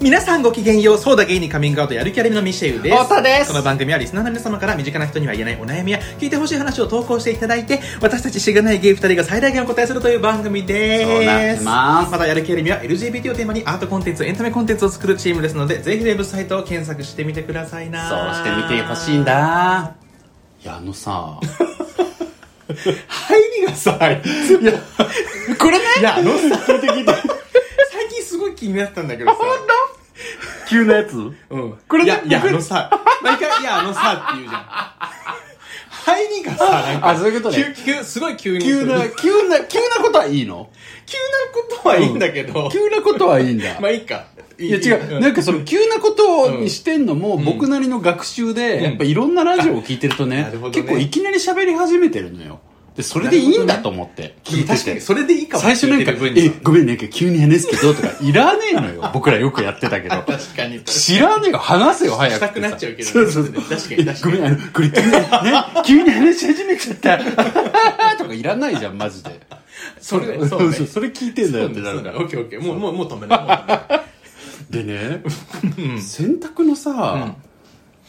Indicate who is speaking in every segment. Speaker 1: 皆さんごきげんよう、そうだゲイにカミングアウトやる気ありみのミシェウです。
Speaker 2: 太田です
Speaker 1: この番組はリスナーの皆様から身近な人には言えないお悩みや聞いてほしい話を投稿していただいて、私たちしがないゲイ二人が最大限お答えするという番組です。
Speaker 2: そうなってます
Speaker 1: またやる気ありみは LGBT をテーマにアートコンテンツ、エンタメコンテンツを作るチームですので、ぜひウェブサイトを検索してみてくださいな。
Speaker 2: そうしてみてほしいん。だいやあのさ
Speaker 1: 入りがさ、
Speaker 2: いやこれね
Speaker 1: いや、あのさ、 最近すごい気になったんだけどさ。
Speaker 2: 急なやつ
Speaker 1: うん。
Speaker 2: これ
Speaker 1: いや、
Speaker 2: ね
Speaker 1: いや、あ
Speaker 2: 僕
Speaker 1: のさ、毎回、いや、あのさって言うじゃん。入りがさ、なんか、
Speaker 2: あそういうことね
Speaker 1: 急、急、すごい急に。
Speaker 2: 急な
Speaker 1: 急な
Speaker 2: 急な急なことはいいの
Speaker 1: ことはいいんだけど。
Speaker 2: 急なことはいいんだ
Speaker 1: まあいいか。い
Speaker 2: いや違う、なんかその急なことにしてんのも僕なりの学習で、
Speaker 1: ん
Speaker 2: やっぱいろん なラジオを聞いてるとね
Speaker 1: なるほどね
Speaker 2: 結構いきなり喋り始めてるのよ。で、それでいいんだと思って、聞いて
Speaker 1: 確か
Speaker 2: て
Speaker 1: に、。それでいいかも
Speaker 2: 最初なんか
Speaker 1: 聞いてる、分に
Speaker 2: え
Speaker 1: は、
Speaker 2: ごめんなんか急に話すけどとか、いらねえのよ。 僕らよくやってたけど。
Speaker 1: 確かに。
Speaker 2: 知らねえよ、話せよ、早く。
Speaker 1: したくなっちゃうけどね
Speaker 2: そうそうそう
Speaker 1: 確かに確かに
Speaker 2: ごめん、あの、これ急に、ね、 急に話し始めちゃった。とかいらないじゃん、マジで。
Speaker 1: それね、そうね。
Speaker 2: それ聞いてんだよってな
Speaker 1: そ
Speaker 2: る
Speaker 1: うだ、オッケーオッケー。もう、もう、もう止めないも う止めない。
Speaker 2: でね、洗濯のさ、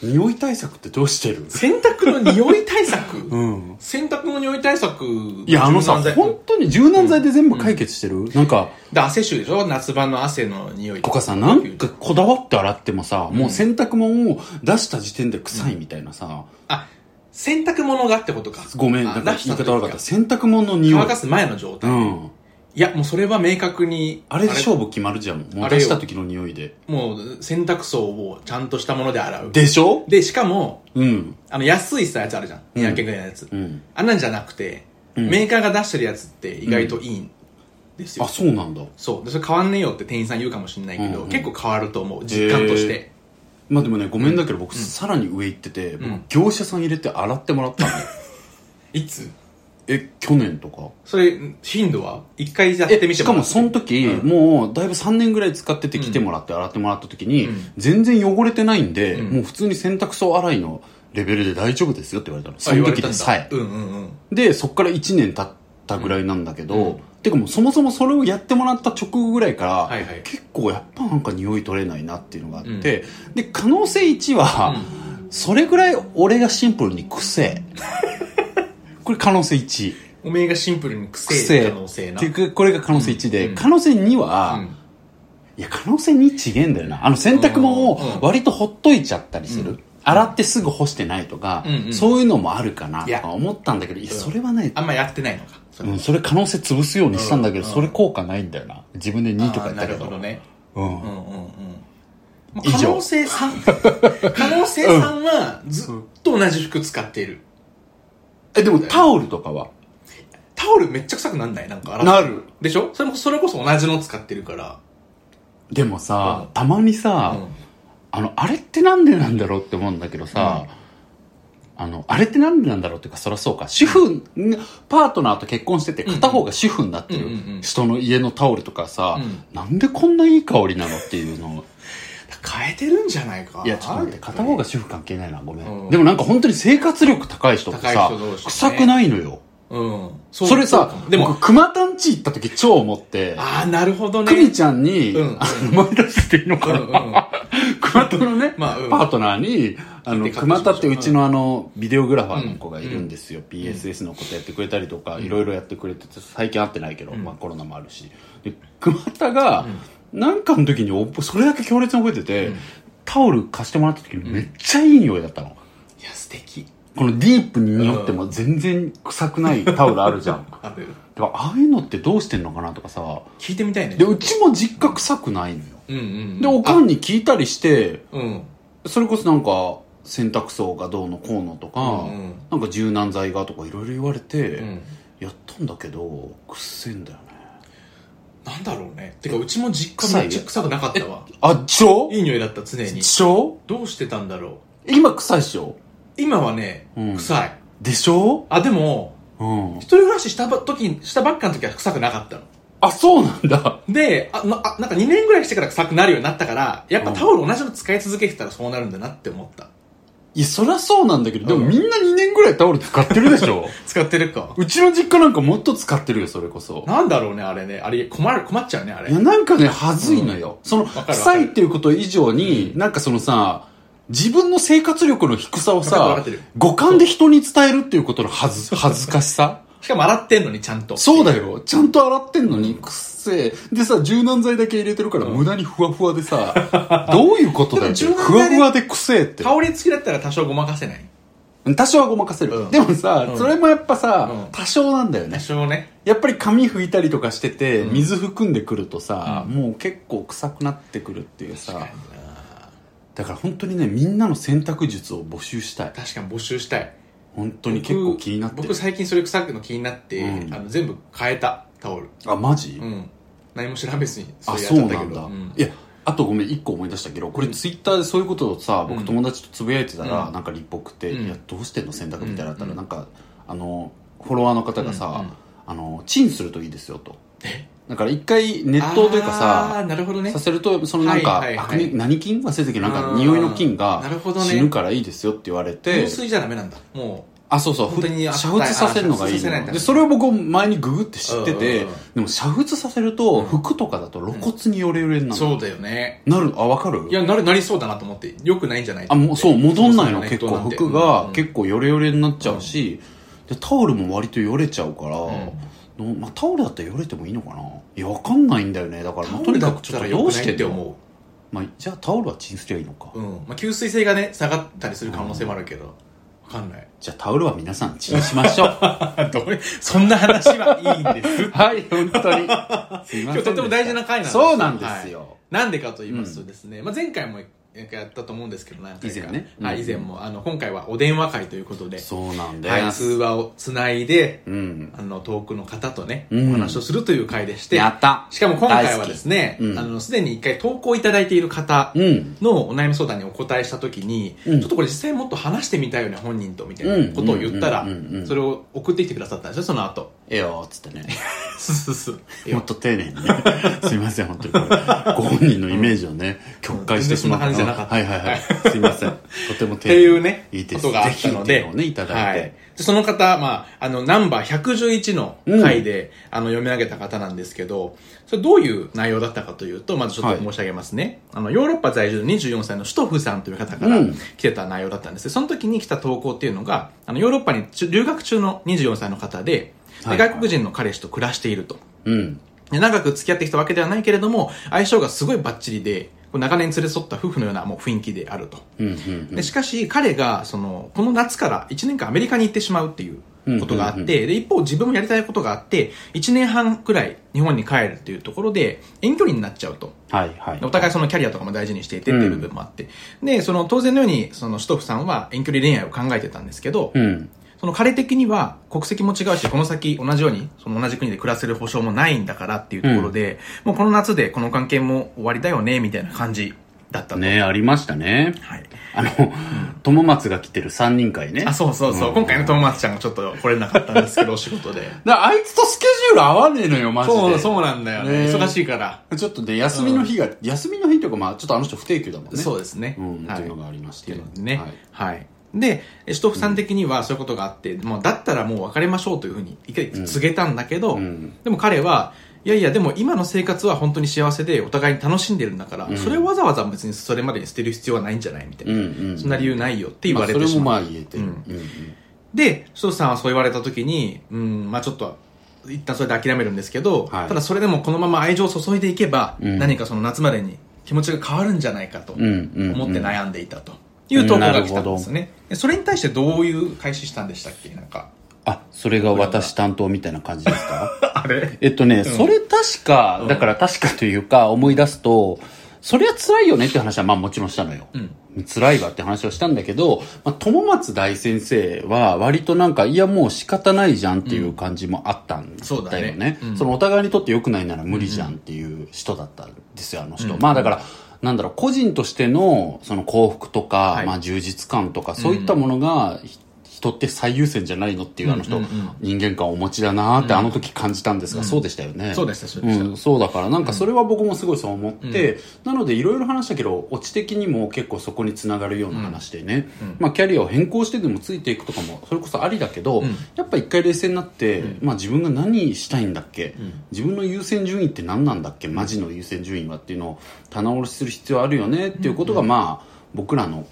Speaker 2: 匂い対策ってどうしてる
Speaker 1: 洗濯の匂い対策
Speaker 2: うん。
Speaker 1: 洗濯の匂い対策。
Speaker 2: い
Speaker 1: い
Speaker 2: や、あのさ、
Speaker 1: だ
Speaker 2: 本当に柔軟剤で全部解決してるなんか、
Speaker 1: 汗臭でしょ夏場の汗の匂い。
Speaker 2: とかさ、なんかこだわって洗ってもさ、もう洗濯物を出した時点で臭いみたいなさ、
Speaker 1: あ、洗濯物がってことか。
Speaker 2: ごめん、
Speaker 1: あ
Speaker 2: なんか
Speaker 1: 出し
Speaker 2: 言い
Speaker 1: た時
Speaker 2: 方悪かった。洗濯物の匂い
Speaker 1: 乾。かす前の状
Speaker 2: う
Speaker 1: 態。
Speaker 2: ん。
Speaker 1: いや、もうそれは明確に。
Speaker 2: あれで勝負決まるじゃん。も
Speaker 1: あ
Speaker 2: う
Speaker 1: れよ
Speaker 2: 出した時の匂いで。
Speaker 1: もう洗濯槽をちゃんとしたもので洗う。で、
Speaker 2: でしょ
Speaker 1: しかも、
Speaker 2: うん。
Speaker 1: あの、安いさ、やつあるじゃん。
Speaker 2: うん
Speaker 1: 200円ぐらいのやつ。
Speaker 2: うん。
Speaker 1: あんなんじゃなくて、
Speaker 2: うん
Speaker 1: メーカーが出してるやつって意外といいんですよ。
Speaker 2: あ、そうなんだ。
Speaker 1: そう。で、それ変わんねえよって店員さん言うかもしんないけど、
Speaker 2: うんうん
Speaker 1: 結構変わると思う。実感として。
Speaker 2: まあでもね、ごめんだけど僕、さらに上行ってて、
Speaker 1: ん
Speaker 2: 僕業者さん入れて洗ってもら ったのよ。
Speaker 1: いつ
Speaker 2: え、去年とか
Speaker 1: それ、頻度は一回やってみて
Speaker 2: しか
Speaker 1: も
Speaker 2: も
Speaker 1: らって
Speaker 2: その時、
Speaker 1: うん
Speaker 2: もうだいぶ3年ぐらい使ってて来てもらって洗ってもらった時に、
Speaker 1: うん
Speaker 2: 全然汚れてないんで、
Speaker 1: うん
Speaker 2: もう普通に洗濯槽洗いのレベルで大丈夫ですよって言われたの
Speaker 1: あ
Speaker 2: そ
Speaker 1: 言
Speaker 2: の
Speaker 1: われ
Speaker 2: 時
Speaker 1: たん
Speaker 2: で
Speaker 1: だ
Speaker 2: さえ、
Speaker 1: うんうんうん。
Speaker 2: でそっから1年経ったぐらいなんだけど、
Speaker 1: うん
Speaker 2: てかもうそもそもそれをやってもらった直後ぐらいから、
Speaker 1: はいはい
Speaker 2: 結構やっぱなんか匂い取れないなっていうのがあって、で可能性1は、それぐらい俺がシンプルに 癖これ可能性1
Speaker 1: おめえがシンプルに癖
Speaker 2: 癖
Speaker 1: 可能性な
Speaker 2: って。いうかこれが可能性1で、
Speaker 1: うん
Speaker 2: 可能性2は、
Speaker 1: うん
Speaker 2: いや、可能性にちげえんだよな。あの、洗濯物を
Speaker 1: うん
Speaker 2: 割とほっといちゃったりする。
Speaker 1: うん
Speaker 2: 洗ってすぐ干してないとか、
Speaker 1: うんうん
Speaker 2: そういうのもあるかないと
Speaker 1: や
Speaker 2: か思ったんだけど、いや、
Speaker 1: うん
Speaker 2: それはない。
Speaker 1: あんまやってないのか。それ
Speaker 2: うん、それ可能性潰すようにしたんだけど、
Speaker 1: うん
Speaker 2: それ効果ないんだよな。自分で2とか言ったけ
Speaker 1: あーなる
Speaker 2: ど。
Speaker 1: ほどね。
Speaker 2: うん
Speaker 1: うん。うんうん。まあ
Speaker 2: 以上
Speaker 1: 可能性3。可能性3はずっと同じ服使っている。
Speaker 2: え、でもタオルとかは
Speaker 1: タオルめっちゃ臭くなんないなんか洗って
Speaker 2: なる。
Speaker 1: でしょそれも、それこそ同じの使ってるから。
Speaker 2: でもさ、
Speaker 1: うん
Speaker 2: たまにさ、
Speaker 1: うん
Speaker 2: あの、あれってなんでなんだろうって思うんだけどさ、あの、あれってなんでなんだろうっていうか、そりゃそうか。主婦、パートナーと結婚してて、片方が主婦になって
Speaker 1: うんうんうん
Speaker 2: る人の家のタオルとかさ、
Speaker 1: うん
Speaker 2: なんでこんないい香りなのっていうのを。
Speaker 1: 変えてるんじゃないか。
Speaker 2: いや、ちょっと待って、片方が主婦関係ないな、ごめ
Speaker 1: うん
Speaker 2: ん。でもなんか本当に生活力高い人ってさ
Speaker 1: 高い人同士ね、
Speaker 2: 臭くないのよ。
Speaker 1: うん。う
Speaker 2: それ
Speaker 1: うか
Speaker 2: さ
Speaker 1: も、で
Speaker 2: で
Speaker 1: も
Speaker 2: も、、熊んち行った時超思って、
Speaker 1: ああ、なるほどね。
Speaker 2: クミちゃんに、
Speaker 1: うん
Speaker 2: あの前出していいの
Speaker 1: う
Speaker 2: か
Speaker 1: んう
Speaker 2: な、
Speaker 1: ん。
Speaker 2: 熊田のね、
Speaker 1: まあうん
Speaker 2: パートナーに、あ
Speaker 1: で
Speaker 2: の、
Speaker 1: 買って
Speaker 2: 熊田ってうちのあの、ビデオグラファーの子がいるんですよ。PSS のことやってくれたりとか、いろいろやってくれてて、最近会ってないけど、
Speaker 1: ん
Speaker 2: まあコロナもあるし。で、熊田が、なんかの時にお、それだけ強烈に覚えてて、タオル貸してもらった時にめっちゃいい匂いだったの。
Speaker 1: いや、素敵。
Speaker 2: このディープに匂っても全然臭くないタオルあるじゃん。
Speaker 1: ある。
Speaker 2: だからああいうのってどうしてんのかなとかさ。
Speaker 1: 聞いてみたいね。
Speaker 2: で、うちも実家臭くないのよ。
Speaker 1: うんうん。
Speaker 2: で、おかんに聞いたりして、
Speaker 1: うん。
Speaker 2: それこそなんか洗濯槽がどうのこうのとか、
Speaker 1: うんうん
Speaker 2: なんか柔軟剤がとかいろいろ言われて、
Speaker 1: うん。
Speaker 2: やったんだけどくっせえんだよね
Speaker 1: なんだろうね。てか、うちも実家めっちゃ臭くなかったわ。
Speaker 2: あっちょ
Speaker 1: いい匂いだった、常に
Speaker 2: っ。ちょ
Speaker 1: どうしてたんだろ
Speaker 2: 今臭いっしょ
Speaker 1: う。今はね、
Speaker 2: うん
Speaker 1: 臭い。
Speaker 2: でしょ
Speaker 1: あ、でも、
Speaker 2: うん
Speaker 1: 一人暮らししたば時、したばっかの時は臭くなかったの。
Speaker 2: あそうなんだ
Speaker 1: で、あ、なあなんか2年ぐらいしてから臭くなるようになったから、やっぱタオル同じの使い続けてたらそうなるんだなって思った。
Speaker 2: いや、そりゃそうなんだけど、でも
Speaker 1: うん
Speaker 2: みんな2年ぐらいタオル使ってるでしょ
Speaker 1: 使ってるか。
Speaker 2: うちの実家なんかもっと使ってるよ、それこそ。
Speaker 1: なんだろうね、あれね。あれ、困る、困っちゃうね、あれ。
Speaker 2: いや、なんかね、はずいのよ。その、
Speaker 1: かるわかる
Speaker 2: 臭いっていうこと以上に、なんかそのさ、自分の生活力の低さを
Speaker 1: わか
Speaker 2: さ
Speaker 1: ってるわかって、
Speaker 2: 五感で人に伝えるっていうことのはず、恥ずかしさ
Speaker 1: しかも洗ってんのに、ちゃんと。
Speaker 2: そうだよ。ちゃんと洗ってんのに、くっせえ。でさ、柔軟剤だけ入れてるから
Speaker 1: うん
Speaker 2: 無駄にふわふわで さ、どういうことだよって。
Speaker 1: でも柔軟剤
Speaker 2: ふわふわでくせえって。
Speaker 1: 香り付きだったら多少ごまかせない。
Speaker 2: 多少はごまかせる。
Speaker 1: うん
Speaker 2: でもさ、
Speaker 1: うん
Speaker 2: それもやっぱさ、
Speaker 1: うん
Speaker 2: 多少なんだよ
Speaker 1: 多
Speaker 2: ね。
Speaker 1: 少ね。
Speaker 2: やっぱり髪拭いたりとかしてて、
Speaker 1: うん
Speaker 2: 水含んでくるとさ、
Speaker 1: う
Speaker 2: もう結構臭くなってくるっていうさ、
Speaker 1: 確かにな
Speaker 2: だから本当にね、みんなの選択術を募集したい。
Speaker 1: 確かに募集したい。
Speaker 2: 本当に結構気になって
Speaker 1: 僕
Speaker 2: る
Speaker 1: 僕。最近それ臭くの気になって、
Speaker 2: うん
Speaker 1: あの全部変えたタオル
Speaker 2: あ、マジ、
Speaker 1: うん何も調べずに
Speaker 2: あ
Speaker 1: れ
Speaker 2: そうなんだ、
Speaker 1: うん
Speaker 2: いやあとごめん一個思い出したけどこれ
Speaker 1: うん
Speaker 2: ツイッターでそういうことをさ、
Speaker 1: う
Speaker 2: 僕
Speaker 1: ん
Speaker 2: 友達とつぶやいてたら、
Speaker 1: うん
Speaker 2: なんか立派って、
Speaker 1: うん
Speaker 2: いやどうしてんの洗濯みたいなのあったら、
Speaker 1: うん
Speaker 2: なんかあのフォロワーの方がさ、
Speaker 1: うんうん
Speaker 2: あのチンするといいですよと
Speaker 1: え
Speaker 2: だから一回熱湯というか
Speaker 1: あー
Speaker 2: さ
Speaker 1: なるほどね
Speaker 2: させるとそのなんか、
Speaker 1: はいはいはい
Speaker 2: アクネ何菌忘れたけどなん
Speaker 1: あ
Speaker 2: か
Speaker 1: ー
Speaker 2: 匂いの菌が
Speaker 1: なるほどね
Speaker 2: 死ぬからいいですよって言われて
Speaker 1: 防水じゃダメなんだも
Speaker 2: あそうそう
Speaker 1: 本当に
Speaker 2: 煮
Speaker 1: あった
Speaker 2: 沸させるのがい
Speaker 1: 煮沸
Speaker 2: い
Speaker 1: させないんだ
Speaker 2: のでそれを僕前にググって知ってて、
Speaker 1: うんうんうん
Speaker 2: でも煮沸させると服とかだと露骨にヨレヨレになる
Speaker 1: う
Speaker 2: の
Speaker 1: そうだよね
Speaker 2: なるあわかる
Speaker 1: いやなるなりそうだなと思ってよくないんじゃない
Speaker 2: あもうそう戻んないの
Speaker 1: そうそう
Speaker 2: 結構
Speaker 1: ネットなんて
Speaker 2: 服
Speaker 1: う
Speaker 2: が
Speaker 1: ん
Speaker 2: 結構ヨレヨレになっちゃうし、でタオルも割とヨレちゃうから、のまあ、タオルだったらヨレてもいいのかないやわかんないんだよねだから、まあ、
Speaker 1: タ
Speaker 2: と
Speaker 1: オ
Speaker 2: に
Speaker 1: ルだ
Speaker 2: かく
Speaker 1: っ
Speaker 2: ちょ
Speaker 1: た
Speaker 2: っ
Speaker 1: ら
Speaker 2: と
Speaker 1: よ
Speaker 2: どう
Speaker 1: くな
Speaker 2: し
Speaker 1: い
Speaker 2: て
Speaker 1: っ
Speaker 2: ん
Speaker 1: て
Speaker 2: の
Speaker 1: 思
Speaker 2: まあ、じゃあタオルはチンすりゃいいのか、
Speaker 1: う、うんまあ、吸水性がね下がったりする可能性もあるけどわかんない
Speaker 2: じゃあタオルは皆さんチンしましょう
Speaker 1: どうそんな話 はいいんです
Speaker 2: はい本当にすいませんでした
Speaker 1: 今日とても大事な回なんですよ
Speaker 2: そうなんですよ、
Speaker 1: なんでかと言いますと
Speaker 2: うん
Speaker 1: ですね、まあ、前回もなんかやったと思うんですけど何回か
Speaker 2: 以前ね
Speaker 1: はい、
Speaker 2: うん
Speaker 1: 以前もあの今回はお電話会ということで、
Speaker 2: そうなんです、
Speaker 1: はい、通話をつないで
Speaker 2: うん
Speaker 1: あの遠くの方とね、
Speaker 2: うん
Speaker 1: お話をするという回でして
Speaker 2: やった
Speaker 1: しかも今回はですね、
Speaker 2: 大好きうん
Speaker 1: あのすでに一回投稿いただいている方
Speaker 2: うん
Speaker 1: のお悩み相談にお答えした時に、
Speaker 2: うん
Speaker 1: ちょっとこれ実際もっと話してみたいよね本人とみたいなことを言ったら、
Speaker 2: うんうんうんうん
Speaker 1: それを送ってきてくださったんですよその後
Speaker 2: ええよっつってね
Speaker 1: す すす
Speaker 2: もっと丁寧にね。 すいません、本当にこれ。ご本人のイメージをね、曲解してしまった。
Speaker 1: 全然そんな感じじゃなかった
Speaker 2: はいはいはい。すいません。とても
Speaker 1: って
Speaker 2: 丁寧
Speaker 1: いうね、
Speaker 2: いいです
Speaker 1: ことがあったの
Speaker 2: ぜひってい
Speaker 1: で
Speaker 2: うのをね、いただい
Speaker 1: は
Speaker 2: て
Speaker 1: い。でその方、まあ、あの、ナンバー111の回で、あの、読み上げた方なんですけど、それどういう内容だったかというと、まずちょっと申し上げますね。あの、ヨーロッパ在住の24歳のシュトフさんという方から
Speaker 2: うん
Speaker 1: 来てた内容だったんです、その時に来た投稿っていうのが、あの、ヨーロッパに留学中の24歳の方で、で
Speaker 2: はいはい
Speaker 1: 外国人の彼氏と暮らしていると。
Speaker 2: うん。
Speaker 1: で長く付き合ってきたわけではないけれども、相性がすごいバッチリで、こう長年連れ添った夫婦のようなもう雰囲気であると。
Speaker 2: うん、うん
Speaker 1: でしかし彼がそのこの夏から1年間アメリカに行ってしまうっていうことがあって、
Speaker 2: うんうん
Speaker 1: で一方自分もやりたいことがあって1年半くらい日本に帰るっていうところで遠距離になっちゃうと
Speaker 2: はいはい。
Speaker 1: お互いそのキャリアとかも大事にしていてっていう部分もあって、でその当然のようにそのシュトフさんは遠距離恋愛を考えてたんですけど、
Speaker 2: うん。
Speaker 1: その彼的には国籍も違うし、この先同じように、その同じ国で暮らせる保証もないんだからっていうところで、もうこの夏でこの関係も終わりだよね、みたいな感じだったと。
Speaker 2: ねありましたね。
Speaker 1: はい。
Speaker 2: あの、友松が来てる3人会ね。
Speaker 1: あ、そうそうそう。
Speaker 2: ん
Speaker 1: 今回の。友達ちゃんがちょっと来れなかったんですけど、お仕事で。
Speaker 2: だからあいつとスケジュール合わねえのよ、 マジで。
Speaker 1: そう、そうなんだよね。
Speaker 2: ね
Speaker 1: 忙しいから。
Speaker 2: ちょっとね、休みの日が、休みの日というか、まあちょっとあの人不定休だもんね。
Speaker 1: そう
Speaker 2: で
Speaker 1: ですね。
Speaker 2: うん、
Speaker 1: は
Speaker 2: と
Speaker 1: い。
Speaker 2: いうの
Speaker 1: っ
Speaker 2: がありまして
Speaker 1: い
Speaker 2: て
Speaker 1: うのでね
Speaker 2: はい。
Speaker 1: はい。で、シトフさん的にはそういうことがあって、もうだったらもう別れましょうというふうに一回告げたんだけど、
Speaker 2: うん
Speaker 1: でも彼は、いやいや、でも今の生活は本当に幸せでお互いに楽しんでるんだから、
Speaker 2: ん
Speaker 1: それをわざわざ別にそれまでに捨てる必要はないんじゃないみたいな。
Speaker 2: うんうん
Speaker 1: そんな理由ないよって言われ
Speaker 2: ま
Speaker 1: て
Speaker 2: あそ
Speaker 1: し
Speaker 2: れも
Speaker 1: まう。
Speaker 2: まあ言えてる。
Speaker 1: うん
Speaker 2: うんうん
Speaker 1: で、シトフさんはそう言われた時に、うん、まあちょっと、一旦それで諦めるんですけど、
Speaker 2: はい
Speaker 1: ただそれでもこのまま愛情を注いでいけば、
Speaker 2: うん
Speaker 1: 何かその夏までに気持ちが変わるんじゃないかと
Speaker 2: う
Speaker 1: 思
Speaker 2: んうんうん
Speaker 1: って悩んでいたという投稿が来たんですね。でそれに対してどういう開始したんでしたっけなんか。
Speaker 2: あ、それが私担当みたいな感じですか
Speaker 1: あれ
Speaker 2: えっとね、それ確か、だから確かというか思い出すと、そりゃ辛いよねって話はまあもちろんしたのよ。
Speaker 1: うん。
Speaker 2: 辛いわって話をしたんだけど、まあ、友松大先生は割となんか、いやもう仕方ないじゃんっていう感じもあったんだ
Speaker 1: そ
Speaker 2: よ
Speaker 1: うだ
Speaker 2: ね。
Speaker 1: ね
Speaker 2: そ
Speaker 1: うん
Speaker 2: のお互いにとって良くないなら無理じゃんっていう人だったんですよ、あの人。
Speaker 1: うん
Speaker 2: まあだから、なんだろう、個人としてのその幸福とか、
Speaker 1: はい
Speaker 2: まあ充実感とか、
Speaker 1: ん
Speaker 2: そういったものが、ひ一人って最優先じゃないのっていうあの人、
Speaker 1: うんうんうん
Speaker 2: 人間観をお持ちだなーって
Speaker 1: うん
Speaker 2: あの時感じたんですが、そうでしたよね。
Speaker 1: そうでしたそうでした
Speaker 2: んそうだから、なんかそれは僕もすごいそう思って、なのでいろいろ話したけど、オチ的にも結構そこにつながるような話でね、まあキャリアを変更してでもついていくとかも、それこそありだけど、
Speaker 1: ん
Speaker 2: やっぱ一回冷静になって、まあ自分が何したいんだっけ、
Speaker 1: ん
Speaker 2: 自分の優先順位って何なんだっけマジの優先順位はっていうのを棚卸しする必要あるよねっていうことが、まあ僕らの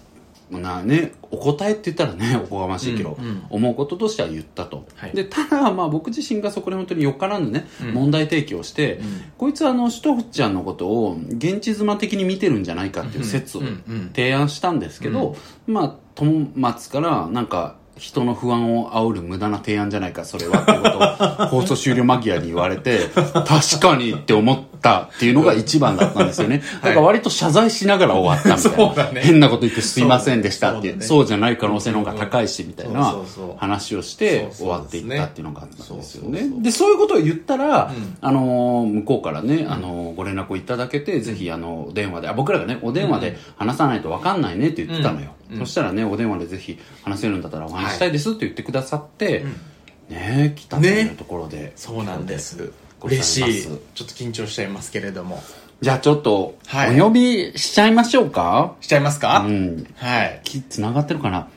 Speaker 2: なね、お答えって言ったらねおこがましいけど、
Speaker 1: うんうん
Speaker 2: 思うこととしては言ったと、
Speaker 1: はい
Speaker 2: でただ、まあ、僕自身がそこで本当によからぬね、
Speaker 1: うん
Speaker 2: 問題提起をして、
Speaker 1: ん
Speaker 2: こいつはあのシュトフちゃんのことを現地妻的に見てるんじゃないかっていう説を
Speaker 1: うんうん
Speaker 2: 提案したんですけど、まあ友松からなんか人の不安を煽る無駄な提案じゃないかそれはってことを放送終了間際に言われ て確かにって思ったっていうのが一番だったんですよ ね、だから割と謝罪しながら終わったみたい
Speaker 1: そう
Speaker 2: な、
Speaker 1: だね
Speaker 2: 変なこと言ってすいませんでしたっていう
Speaker 1: そうだね
Speaker 2: そうじゃない可能性の方が高いしみたいな
Speaker 1: そうそうそう
Speaker 2: 話をして終わっていったっていうのがあったんですよ
Speaker 1: そうそう
Speaker 2: ね
Speaker 1: そう
Speaker 2: でそういうことを言ったら、
Speaker 1: うん
Speaker 2: あのー向こうからね、あのーご連絡をいただけて、ぜひあのお電話であ僕らがねお電話で話さないと分かんないねって言ってたのよ、
Speaker 1: うんうん
Speaker 2: そしたらねお電話でぜひ話せるんだったらお話したいですって言ってくださって、ねえ来たというところで、
Speaker 1: そうなんです
Speaker 2: ございま
Speaker 1: 嬉
Speaker 2: す
Speaker 1: しいちょっと緊張しちゃいますけれども
Speaker 2: じゃあちょっと、
Speaker 1: はい
Speaker 2: お呼びしちゃいましょうか
Speaker 1: しちゃいますか、
Speaker 2: うん
Speaker 1: はい
Speaker 2: きつながってるかな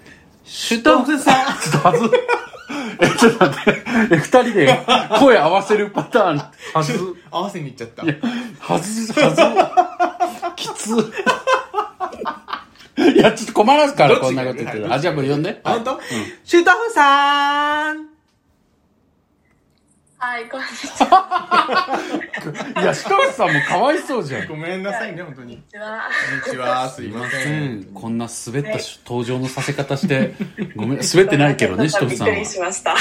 Speaker 2: シュ
Speaker 1: トフさん
Speaker 2: ちょっとはずえちょっと待ってえ二人で声合わせるパターンはず
Speaker 1: 合わせに行っちゃった
Speaker 2: いや、はず、はず、きつ。いや、ちょっと困らすから、
Speaker 1: どっ
Speaker 2: こ
Speaker 1: ち
Speaker 2: ん
Speaker 1: が
Speaker 2: なこと言って
Speaker 1: はい
Speaker 2: る。あ、じゃあこれ呼んで。
Speaker 1: 本当、シュタフさん
Speaker 3: はい、こんにちは。こん
Speaker 2: いや、シトフさんもかわいそうじゃん。
Speaker 1: ごめんなさいね本当に
Speaker 3: にちは。
Speaker 1: こんにちはすいません
Speaker 2: こんな滑ったし登場のさせ方して、ごめん、滑ってないけどね、シトフさん
Speaker 3: びっくりし
Speaker 2: は。
Speaker 3: ました。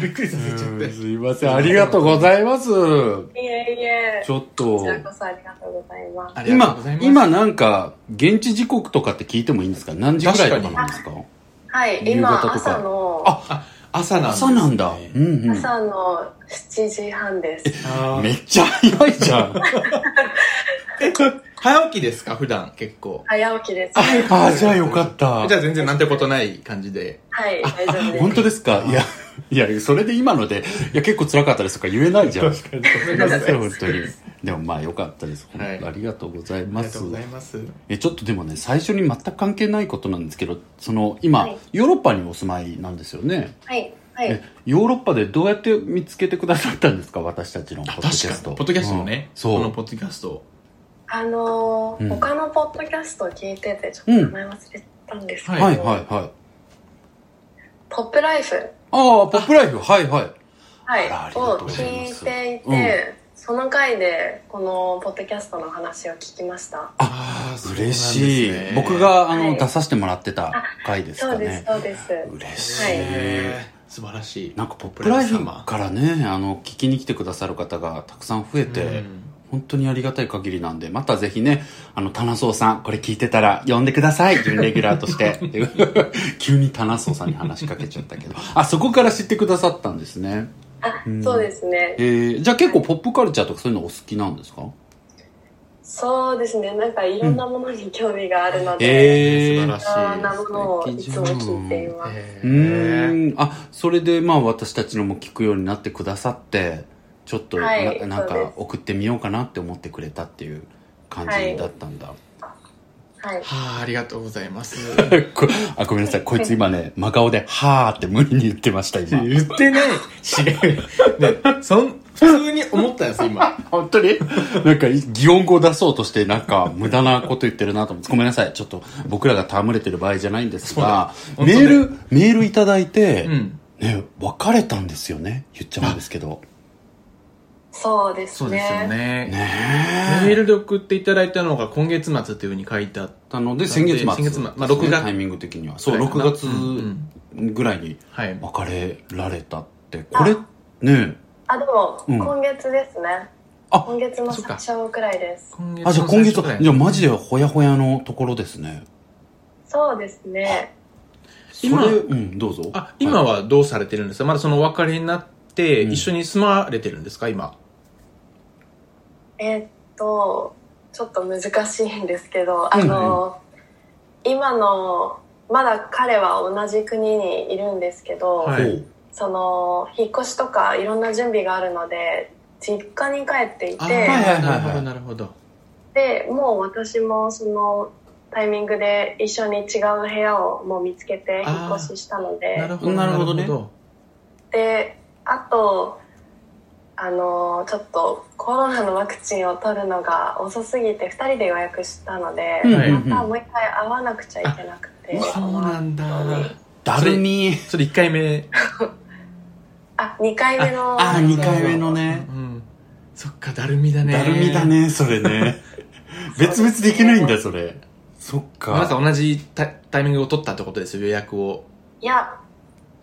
Speaker 1: びっくりさせちゃっ
Speaker 2: うん
Speaker 1: て
Speaker 2: すいません、ありがとうございます。
Speaker 3: いえいえ。
Speaker 2: ち
Speaker 3: こ
Speaker 2: ょっと
Speaker 3: ち、らこそありがとうございます。
Speaker 1: ありが
Speaker 2: 今
Speaker 1: とうございま、す
Speaker 2: 今なんか、現地時刻とかって聞いてもいいんですか何時ぐらいとかなんですか
Speaker 3: はい、
Speaker 2: 夕方と
Speaker 3: 今
Speaker 2: か
Speaker 3: 朝の
Speaker 2: あ
Speaker 1: 朝なんです、
Speaker 2: 朝なんだ。うんうん。
Speaker 3: 朝の7時半です。
Speaker 1: あー
Speaker 2: めっちゃ早いじゃ ん。
Speaker 1: え早起きですか普段結構
Speaker 3: 早起きです。
Speaker 2: あ、じゃあよかった。
Speaker 1: じゃあ全然なんてことない感じで
Speaker 3: はい、大丈夫です。
Speaker 2: 本当ですかいや、いや、それで今ので、いや、結構辛かったですとか言えないじゃん。確かに。本当に。でもまあ良かったです。本当
Speaker 1: はい
Speaker 2: ありがとうござい
Speaker 1: あ
Speaker 2: ま
Speaker 1: りが
Speaker 2: す
Speaker 1: とう。ございます
Speaker 2: え、ちょっとでもね、最初に全く関係ないことなんですけど、その、今、
Speaker 3: はい
Speaker 2: ヨーロッパにお住まいなんですよね。
Speaker 3: はい、はい。
Speaker 2: え、ヨーロッパでどうやって見つけてくださったんですか私たちのポッド
Speaker 1: 確
Speaker 2: キ
Speaker 1: か
Speaker 2: ャ
Speaker 1: に
Speaker 2: スト。
Speaker 1: ポッドキャストのね、
Speaker 2: うんそ
Speaker 1: この
Speaker 2: う。
Speaker 1: ポッドキャスト
Speaker 3: あのー
Speaker 2: うん
Speaker 3: 他のポッドキャスト聞いてて、ちょっと名前忘れたんですけど、
Speaker 2: はいはいはい。
Speaker 3: ポップライフ、
Speaker 2: ああ、ポップライフ。はいはい。
Speaker 3: は
Speaker 2: あらありが
Speaker 3: い、
Speaker 2: と
Speaker 3: を
Speaker 2: うございま
Speaker 3: 聞い
Speaker 2: す
Speaker 3: ていて、
Speaker 2: う
Speaker 3: その回でこのポッドキャストの話を聞きました。
Speaker 1: ああ
Speaker 2: 嬉しい。僕が、あの、出させてもらってた回です
Speaker 3: そ
Speaker 2: か
Speaker 3: うです、
Speaker 2: ね。
Speaker 3: そうです。
Speaker 2: 嬉し
Speaker 3: はい
Speaker 2: い。
Speaker 1: 素晴らしい
Speaker 2: なんかポップライフからねあの聞きに来てくださる方がたくさん増えて、
Speaker 1: うん
Speaker 2: 本当にありがたい限りなんでまたぜひねあの棚荘さんこれ聞いてたら呼んでください準レギュラーとして 急に棚荘さんに話しかけちゃったけどあそこから知ってくださったんですね
Speaker 3: あ、
Speaker 2: うん
Speaker 3: そうですね。
Speaker 2: えー、じゃあ結構ポップカルチャーとかそういうのお好きなんですか
Speaker 3: そうですね。なんかいろんなものに興味があるので、
Speaker 2: え
Speaker 1: 素晴
Speaker 2: ー
Speaker 1: らしい
Speaker 3: いろんなものをいつも聞いています。
Speaker 1: へ
Speaker 2: うーんあそれでまあ私たちのも聞くようになってくださってちょっとな,、
Speaker 3: はい
Speaker 2: なん
Speaker 3: そう
Speaker 2: か
Speaker 3: です
Speaker 2: 送ってみようかなって思ってくれたっていう感じだったんだ、
Speaker 3: はい。
Speaker 1: はあありがとうございます
Speaker 2: こ あごめんなさいこいつ今ね真顔で「はーって無理に言ってました今
Speaker 1: 言ってね違うねそん普通に思ったんです今
Speaker 2: 本当になんか擬音語出そうとしてなんか無駄なこと言ってるなと思ってごめんなさいちょっと僕らが戯れてる場合じゃないんですが
Speaker 1: そうだ
Speaker 2: メ
Speaker 1: 本当
Speaker 2: ー
Speaker 1: ね
Speaker 2: ルメールいただいて、
Speaker 1: うん
Speaker 2: ね別れたんですよね言っちゃうんですけど
Speaker 3: そうです
Speaker 1: そうですよ
Speaker 3: ね。
Speaker 1: ね
Speaker 2: ね
Speaker 1: メー
Speaker 2: え
Speaker 1: ルで送っていただいたのが今月末というふうに書いてあっ
Speaker 2: なので先月末
Speaker 1: 先月末まあ6月
Speaker 2: タイミング的にはそう
Speaker 1: ぐらいかな
Speaker 2: 6月ぐらいに
Speaker 1: はい
Speaker 2: 別れられたってこれねえ
Speaker 3: あ、でも、
Speaker 2: うん
Speaker 3: 今月ですね。
Speaker 2: あ
Speaker 3: 今月の最初くらいです。
Speaker 1: 今月
Speaker 2: あじゃあ今月
Speaker 1: の最初くらい
Speaker 2: じゃあマジでほやほやのところですね
Speaker 3: そうですね。
Speaker 1: 今
Speaker 2: それうんどうぞ
Speaker 1: あ今はどうされてるんですかまだそのお別れになって
Speaker 2: うん
Speaker 1: 一緒に住まれてるんですか今
Speaker 3: えーっと、ちょっと難しいんですけど、あの、今のまだ彼は同じ国にいるんですけど、
Speaker 1: はい
Speaker 2: ほう
Speaker 3: その引っ越しとかいろんな準備があるので実家に帰ってい
Speaker 1: あー
Speaker 3: て、
Speaker 2: はいはい
Speaker 1: な
Speaker 2: はい
Speaker 1: るほ
Speaker 2: は
Speaker 1: ど
Speaker 2: い
Speaker 1: なるほど
Speaker 3: でもう私もそのタイミングで一緒に違う部屋をもう見つけて引っ越ししたので
Speaker 1: なるほど
Speaker 2: なるほどね
Speaker 3: であとあのちょっとコロナのワクチンを取るのが遅すぎて2人で予約したので、
Speaker 2: うん
Speaker 1: はい
Speaker 2: うんうん
Speaker 3: またもう一回会わなくちゃいけなくて
Speaker 1: そうなんだ
Speaker 2: だるみ
Speaker 1: それ1回目
Speaker 3: あ二2回目の
Speaker 2: あ二2回目のね
Speaker 1: うんそっかだるみだね
Speaker 2: だるみだねそれ ね別々でいけないんだよそれそっ
Speaker 1: あなた
Speaker 2: か
Speaker 1: 同じタタイミングを取ったってことですよ予約を
Speaker 3: いや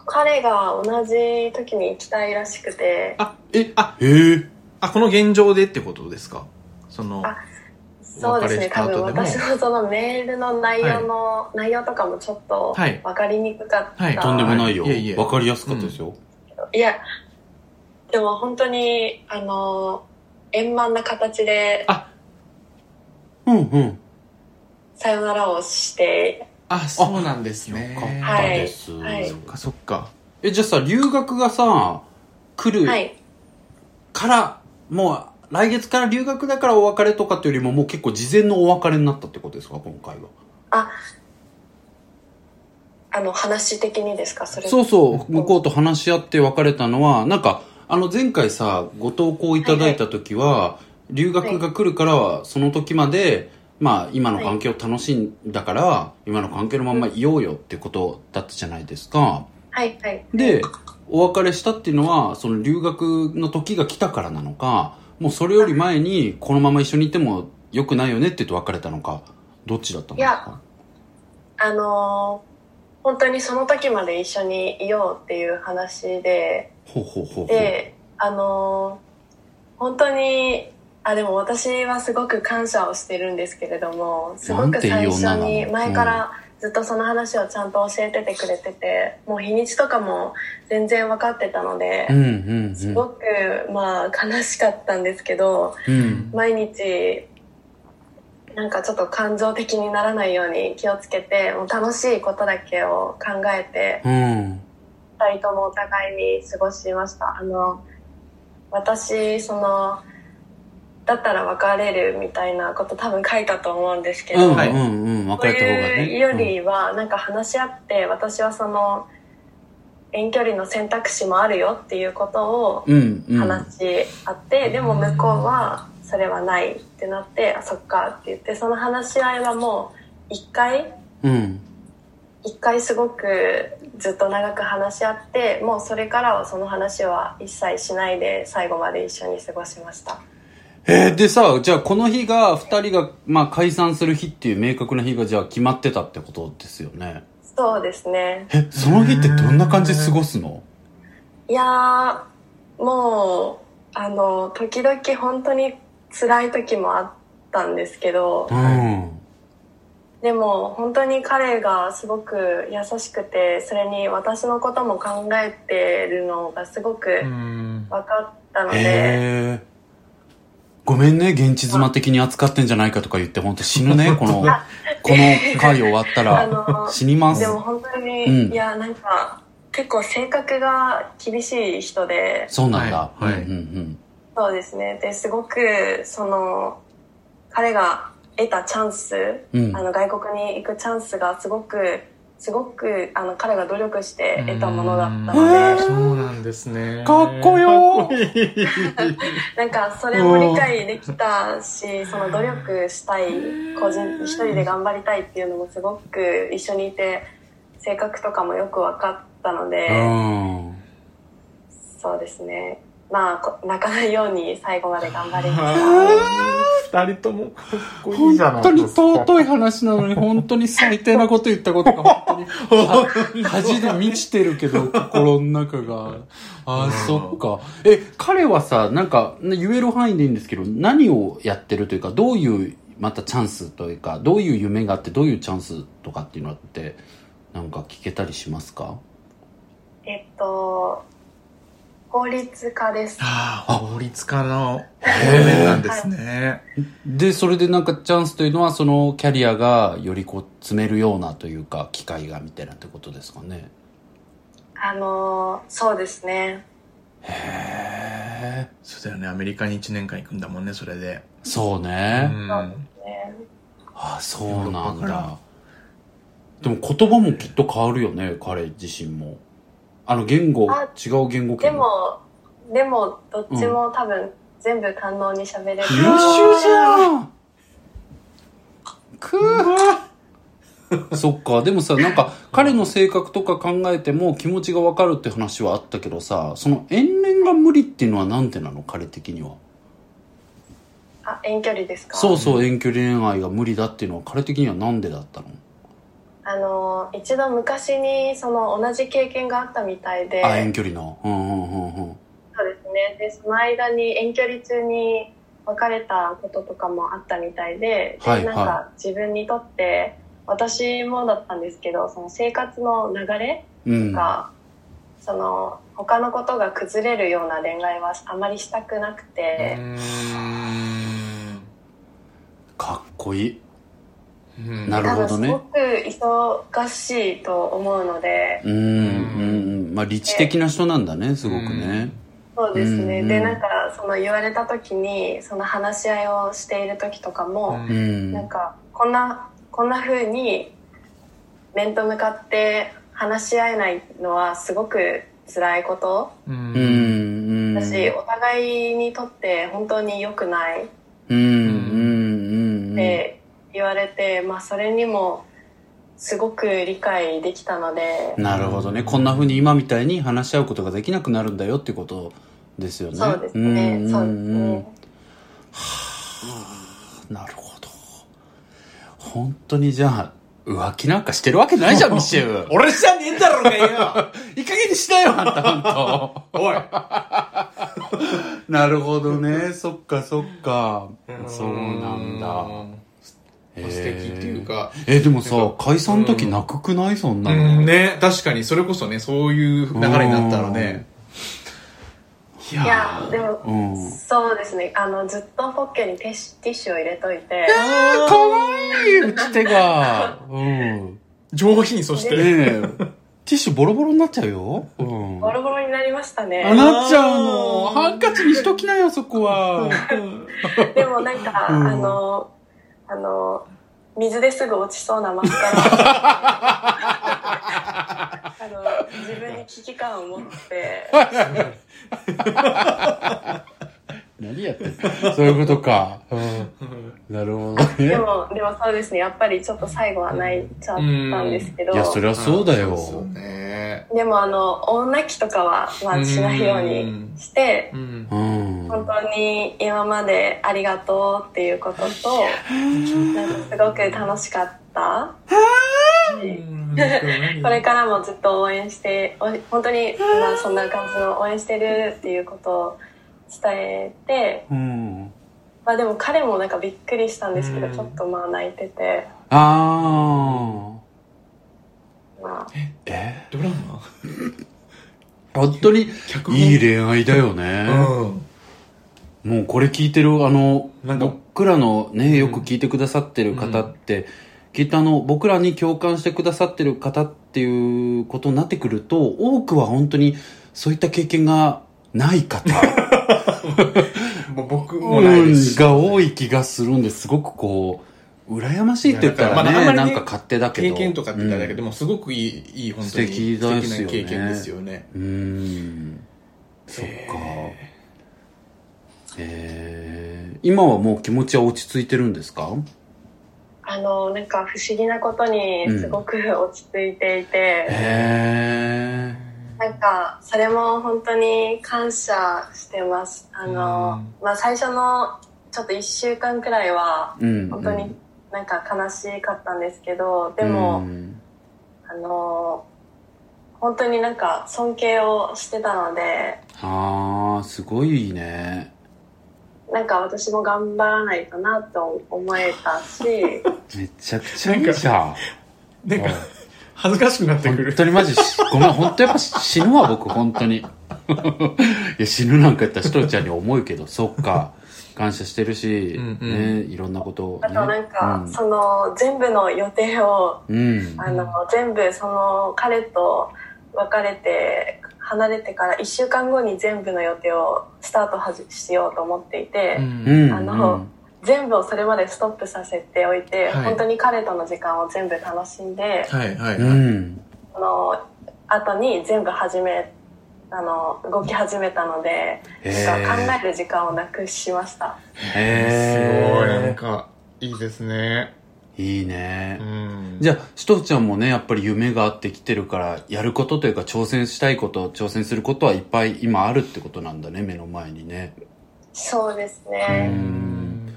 Speaker 3: 彼が同じ時に行きたいらしくて
Speaker 1: あえあ
Speaker 2: へえ
Speaker 1: あこの現状でってことですかその
Speaker 3: あそうで
Speaker 1: お別
Speaker 3: すね
Speaker 1: れした
Speaker 3: 多
Speaker 1: 後で
Speaker 3: 分
Speaker 1: も
Speaker 3: 私のそのメールの内容の、内容とかもちょっと
Speaker 1: はい
Speaker 3: 分かりにくかった、
Speaker 1: はい
Speaker 2: とんでもないよ
Speaker 1: いえいえ
Speaker 2: わかりやすかったですよ
Speaker 3: いやでも本当にあの円満な形で
Speaker 2: うんうん
Speaker 3: さよならをして
Speaker 1: あそうなんですね
Speaker 2: よかった
Speaker 3: はい
Speaker 2: です
Speaker 3: はい
Speaker 1: そっかそっか
Speaker 2: えじゃあさ留学がさ来る
Speaker 3: はい
Speaker 2: からもう来月から留学だからお別れとかっていうよりももう結構事前のお別れになったってことですか今回は
Speaker 3: あの話的にですかそれ
Speaker 2: そうそう向こうと話し合って別れたのはなんかあの前回さご投稿いただいた時は、留学が来るからはその時まで、まあ今の関係を楽しんだから、今の関係のまんまいようよってことだったじゃないですか
Speaker 3: はいはい
Speaker 2: でお別れしたっていうのはその留学の時が来たからなのかもうそれより前にこのまま一緒にいても良くないよねって言って別れたのかどっちだったんですか
Speaker 3: あの本当にその時まで一緒にいようっていう話で
Speaker 2: ほうほうほうほう
Speaker 3: であの本当にあでも私はすごく感謝をしてるんですけれどもすご
Speaker 2: なん
Speaker 3: く
Speaker 2: ていい
Speaker 3: 最初
Speaker 2: 女なの
Speaker 3: に前からずっとその話をちゃんと教えててくれててもう日にちとかも全然分かってたので
Speaker 2: うんうん
Speaker 3: すごくまあ悲しかったんですけど
Speaker 2: うんうん
Speaker 3: 毎日なんかちょっと感情的にならないように気をつけてもう楽しいことだけを考えて
Speaker 2: うん
Speaker 3: 二人ともお互いに過ごしましたあの私そのだったら別れるみたいなこと多分書いたと思うんですけ
Speaker 2: うん
Speaker 3: ど、
Speaker 1: はい
Speaker 2: うんうん別
Speaker 3: そう
Speaker 2: れた方が
Speaker 3: い
Speaker 2: ね
Speaker 3: うよりはなんか話し合って私はその遠距離の選択肢もあるよっていうことを
Speaker 2: うんうん
Speaker 3: 話し合って、でも向こうはそれはないってなってあそっかって言ってその話し合いはもう一回
Speaker 2: うん
Speaker 3: 一回すごくずっと長く話し合ってもうそれからはその話は一切しないで最後まで一緒に過ごしました
Speaker 2: えーでさじゃあこの日が2人が、まあ、解散する日っていう明確な日がじゃあ決まってたってことですよね
Speaker 3: そうですね
Speaker 2: えその日ってどんな感じで過ごすの
Speaker 3: いやーもうあの時々本当に辛い時もあったんですけど
Speaker 2: うん
Speaker 3: でも本当に彼がすごく優しくてそれに私のことも考えてるのがすごく
Speaker 1: うん
Speaker 3: 分かったので、
Speaker 2: えー、ごめんね現地妻的に扱ってんじゃないかとか言って本当死ぬ ねこのこの回終わった
Speaker 3: あ
Speaker 2: ら
Speaker 3: の
Speaker 2: 死にます
Speaker 3: でも本当に、
Speaker 2: うん
Speaker 3: いやなんか結構性格が厳しい人で
Speaker 2: そうなんだ、
Speaker 1: はいはい
Speaker 2: うんうん
Speaker 3: そうですねですごくその彼が得たチャンス、
Speaker 2: うんうん
Speaker 3: あの外国に行くチャンスがすごくすごくあの彼が努力して得たものだっ
Speaker 2: う
Speaker 3: た
Speaker 2: んへー
Speaker 3: ので
Speaker 1: そうなんですね
Speaker 2: かっこよー
Speaker 1: かっこいい
Speaker 3: なんかそれも理解できたしその努力したい個人一人で頑張りたいっていうのもすごく一緒にいて性格とかもよく分かったので。
Speaker 2: うん
Speaker 3: そうですね。まあこ、泣かないように最後まで頑張りまし た。
Speaker 1: 二人ともかっこいいじゃな
Speaker 2: 本当
Speaker 1: い
Speaker 2: に
Speaker 1: ですか
Speaker 2: 尊い話なのに、本当に最低なこと言ったことが本当には、恥で満ちてるけ ど、心の中が。あ
Speaker 1: う
Speaker 2: あ、
Speaker 1: ん
Speaker 2: そっか。え、彼はさ、なんか、ね言える範囲でいいんですけど、何をやってるというか、どういう、またチャンスというか、どういう夢があって、どういうチャンスとかっていうのって、なんか聞けたりしますか
Speaker 3: えっと、法律家です。
Speaker 1: ああ、法律家の方面なんですね。
Speaker 2: で、それでなんかチャンスというのは、そのキャリアがよりこう、詰めるようなというか、機会がみたいなってことですかね。
Speaker 3: あのーそうですね。
Speaker 2: へえ。
Speaker 1: そうだよね、アメリカに1年間行くんだもんね、それで。
Speaker 2: そう
Speaker 1: う
Speaker 2: ね。
Speaker 1: ん。
Speaker 3: ね
Speaker 2: あ、そうな
Speaker 1: ヨーロッ
Speaker 2: ん
Speaker 1: パから
Speaker 2: だ。でも言葉もきっと変わるよね、彼自身も。あの、言語、
Speaker 3: あ
Speaker 2: 違う言語
Speaker 3: で
Speaker 2: 圏。
Speaker 3: も、でも、どっちも多分、全部堪能に喋れる。
Speaker 2: 優秀じゃんくーそっかでもさなんか彼の性格とか考えても気持ちが分かるって話はあったけどさその遠恋が無理っていうのはなんでなの彼的には
Speaker 3: あ、遠距離ですか
Speaker 2: そうそう遠距離恋愛が無理だっていうのは彼的にはなんでだったの
Speaker 3: あのー一度昔に、その、同じ経験があったみたいで、
Speaker 2: あ遠距離のうんうんうんうん
Speaker 3: そうですね。で、その間に遠距離中に別れたこととかもあったみたいで、で
Speaker 2: はい
Speaker 3: なん
Speaker 2: は
Speaker 3: か自分にとって、私もだったんですけど、その生活の流れ
Speaker 2: うん
Speaker 3: が、その、他のことが崩れるような恋愛はあまりしたくなくて、
Speaker 2: かっこいい
Speaker 1: うん
Speaker 2: なる
Speaker 3: 多
Speaker 2: ほ
Speaker 3: 分
Speaker 2: ど
Speaker 3: す
Speaker 2: ね
Speaker 3: ごく忙しいと思うので、
Speaker 2: うんうんうんまあ理知的な人なんだねすごくね
Speaker 3: そうですね。
Speaker 2: うんうん
Speaker 3: で、なんか、その言われた時に、その話し合いをしている時とかも、
Speaker 1: う
Speaker 2: うんん
Speaker 3: なんかこんなこんな風に面と向かって話し合えないのはすごく辛いこと
Speaker 1: う
Speaker 2: うんんうん
Speaker 3: だし、お互いにとって本当に良くないっ
Speaker 2: うんうんうん
Speaker 3: て言われて、まあそれにもすごく理解できたので、
Speaker 2: なるほどねこんな風に今みたいに話し合うことができなくなるんだよってことですよね
Speaker 3: そうですね、
Speaker 2: んんん
Speaker 3: そうですね。
Speaker 2: なるほど本当にじゃあ浮気なんかしてるわけないじ ゃんミシェウ
Speaker 1: 俺じゃねえんだろうがよ
Speaker 2: いい加減にしなよあんた本
Speaker 1: おい
Speaker 2: 当 なるほどねそっかそっかそうなんだ
Speaker 1: 素敵っていうか、
Speaker 2: えーえでもさ解散の時泣くくないそんなの、
Speaker 1: うんね、確かにそれこそね、そういう流れになったらね。い
Speaker 3: いやでも、
Speaker 2: うん
Speaker 3: そうですねあのずっとポッケにティッシュティッシュを入れといて、
Speaker 2: あーかわいいうち手がうん
Speaker 1: 上品、そし
Speaker 2: ね
Speaker 1: て。
Speaker 2: えティッシュボロボロになっちゃうよ、うん、
Speaker 3: ボロボロになりましたね。
Speaker 2: あなっちゃうのハンカチにしときなよそこは
Speaker 3: でもなんか、
Speaker 2: うん
Speaker 3: あの、あの、水ですぐ落ちそうなマスカ ラ。あの、自分に危機感を持って、
Speaker 2: 何やってんのそういうことか、うん、なるほど
Speaker 3: で
Speaker 2: ね
Speaker 3: も、でもそうですね、やっぱりちょっと最後は泣いちゃったんですけど
Speaker 2: い、やそりゃそうだよ
Speaker 1: そうね。
Speaker 3: でもあの、女気とかは、まあしないようにして
Speaker 1: う、ん。
Speaker 2: うん
Speaker 3: 本当に今までありがとうっていうことと、なんかすごく楽しかった。 これからもずっと応援して、お本当に、まあ、そんな感じの応援してるっていうことを伝えて、
Speaker 2: うん
Speaker 3: まあでも彼もなんかびっくりしたんですけど、
Speaker 1: うん
Speaker 3: ちょっとまあ泣いてて、
Speaker 2: あ
Speaker 3: まあ、
Speaker 2: ーえ
Speaker 1: ドラマ
Speaker 2: 本当に
Speaker 1: 脚本
Speaker 2: いい恋愛だよね、
Speaker 1: うん。
Speaker 2: もうこれ聞いてるあの
Speaker 1: なんか
Speaker 2: 僕らのねよく聞いてくださってる方って、きっとあの僕らに共感してくださってる方っていうことになってくると多くは本当にそういった経験がない方
Speaker 1: もう僕もない
Speaker 2: う
Speaker 1: で
Speaker 2: ん
Speaker 1: す。
Speaker 2: が多い気がするんですごくこう羨ましいって言ったらね,、
Speaker 1: いやだからまああんま
Speaker 2: な
Speaker 1: りね
Speaker 2: んか勝手だけど
Speaker 1: 経験とかって言っただけで
Speaker 2: ど
Speaker 1: も、すごくいい、いい、本当
Speaker 2: 素
Speaker 1: に。
Speaker 2: 敵ですよね
Speaker 1: 素敵な経験ですよね。
Speaker 2: うんうんそっか
Speaker 1: へ
Speaker 2: えー今はもう気持ちは落ち着いてるんですか
Speaker 3: あの、なんか不思議なことにすごく落ち着いていて、
Speaker 2: へえ
Speaker 3: なんかそれも本当に感謝してます。あの、まあ最初のちょっと1週間くらいは、
Speaker 2: うん
Speaker 3: 本当
Speaker 2: う
Speaker 3: に
Speaker 2: ん
Speaker 3: なんか悲しかったんですけど、でも、
Speaker 2: うん
Speaker 3: あのー本当になんか尊敬をしてたので、
Speaker 2: ああすごいね
Speaker 3: なんか私も頑張らないとなと思えたし、
Speaker 2: めちゃくちゃいいじゃん
Speaker 1: なんか、恥ずかしくなってく
Speaker 2: 本
Speaker 1: る。
Speaker 2: 当にマジしごめん本当やっぱ死ぬわ僕本当に いや死ぬなんか言ったらしとりちゃんに思うけどそっか感謝してるし
Speaker 1: うんうん
Speaker 2: ね、いろんなことを、ね、
Speaker 3: あとなんか、その全部の予定を
Speaker 2: うん、うん
Speaker 3: あの全部その彼と別れて離れてから1週間後に全部の予定をスタートはじしようと思っていて、
Speaker 1: ん。
Speaker 3: あの全部をそれまでストップさせておいて、
Speaker 1: はい
Speaker 3: 本当に彼との時間を全部楽しんで、
Speaker 1: はいはい
Speaker 2: うんう
Speaker 1: はい。
Speaker 2: ん
Speaker 3: その後に全部始めあの動き始めたので、
Speaker 2: へ
Speaker 3: なん
Speaker 2: ー
Speaker 3: か考える時間をなくしました
Speaker 1: すごい、な
Speaker 2: へ
Speaker 1: んか、いいですね。
Speaker 2: えいいね、
Speaker 1: うん。
Speaker 2: じゃあ、しとちゃんもね、やっぱり夢があってきてるから、やることというか挑戦したいこと、挑戦することはいっぱい今あるってことなんだね、目の前にね。
Speaker 3: そうです
Speaker 1: う
Speaker 3: ね、
Speaker 1: ん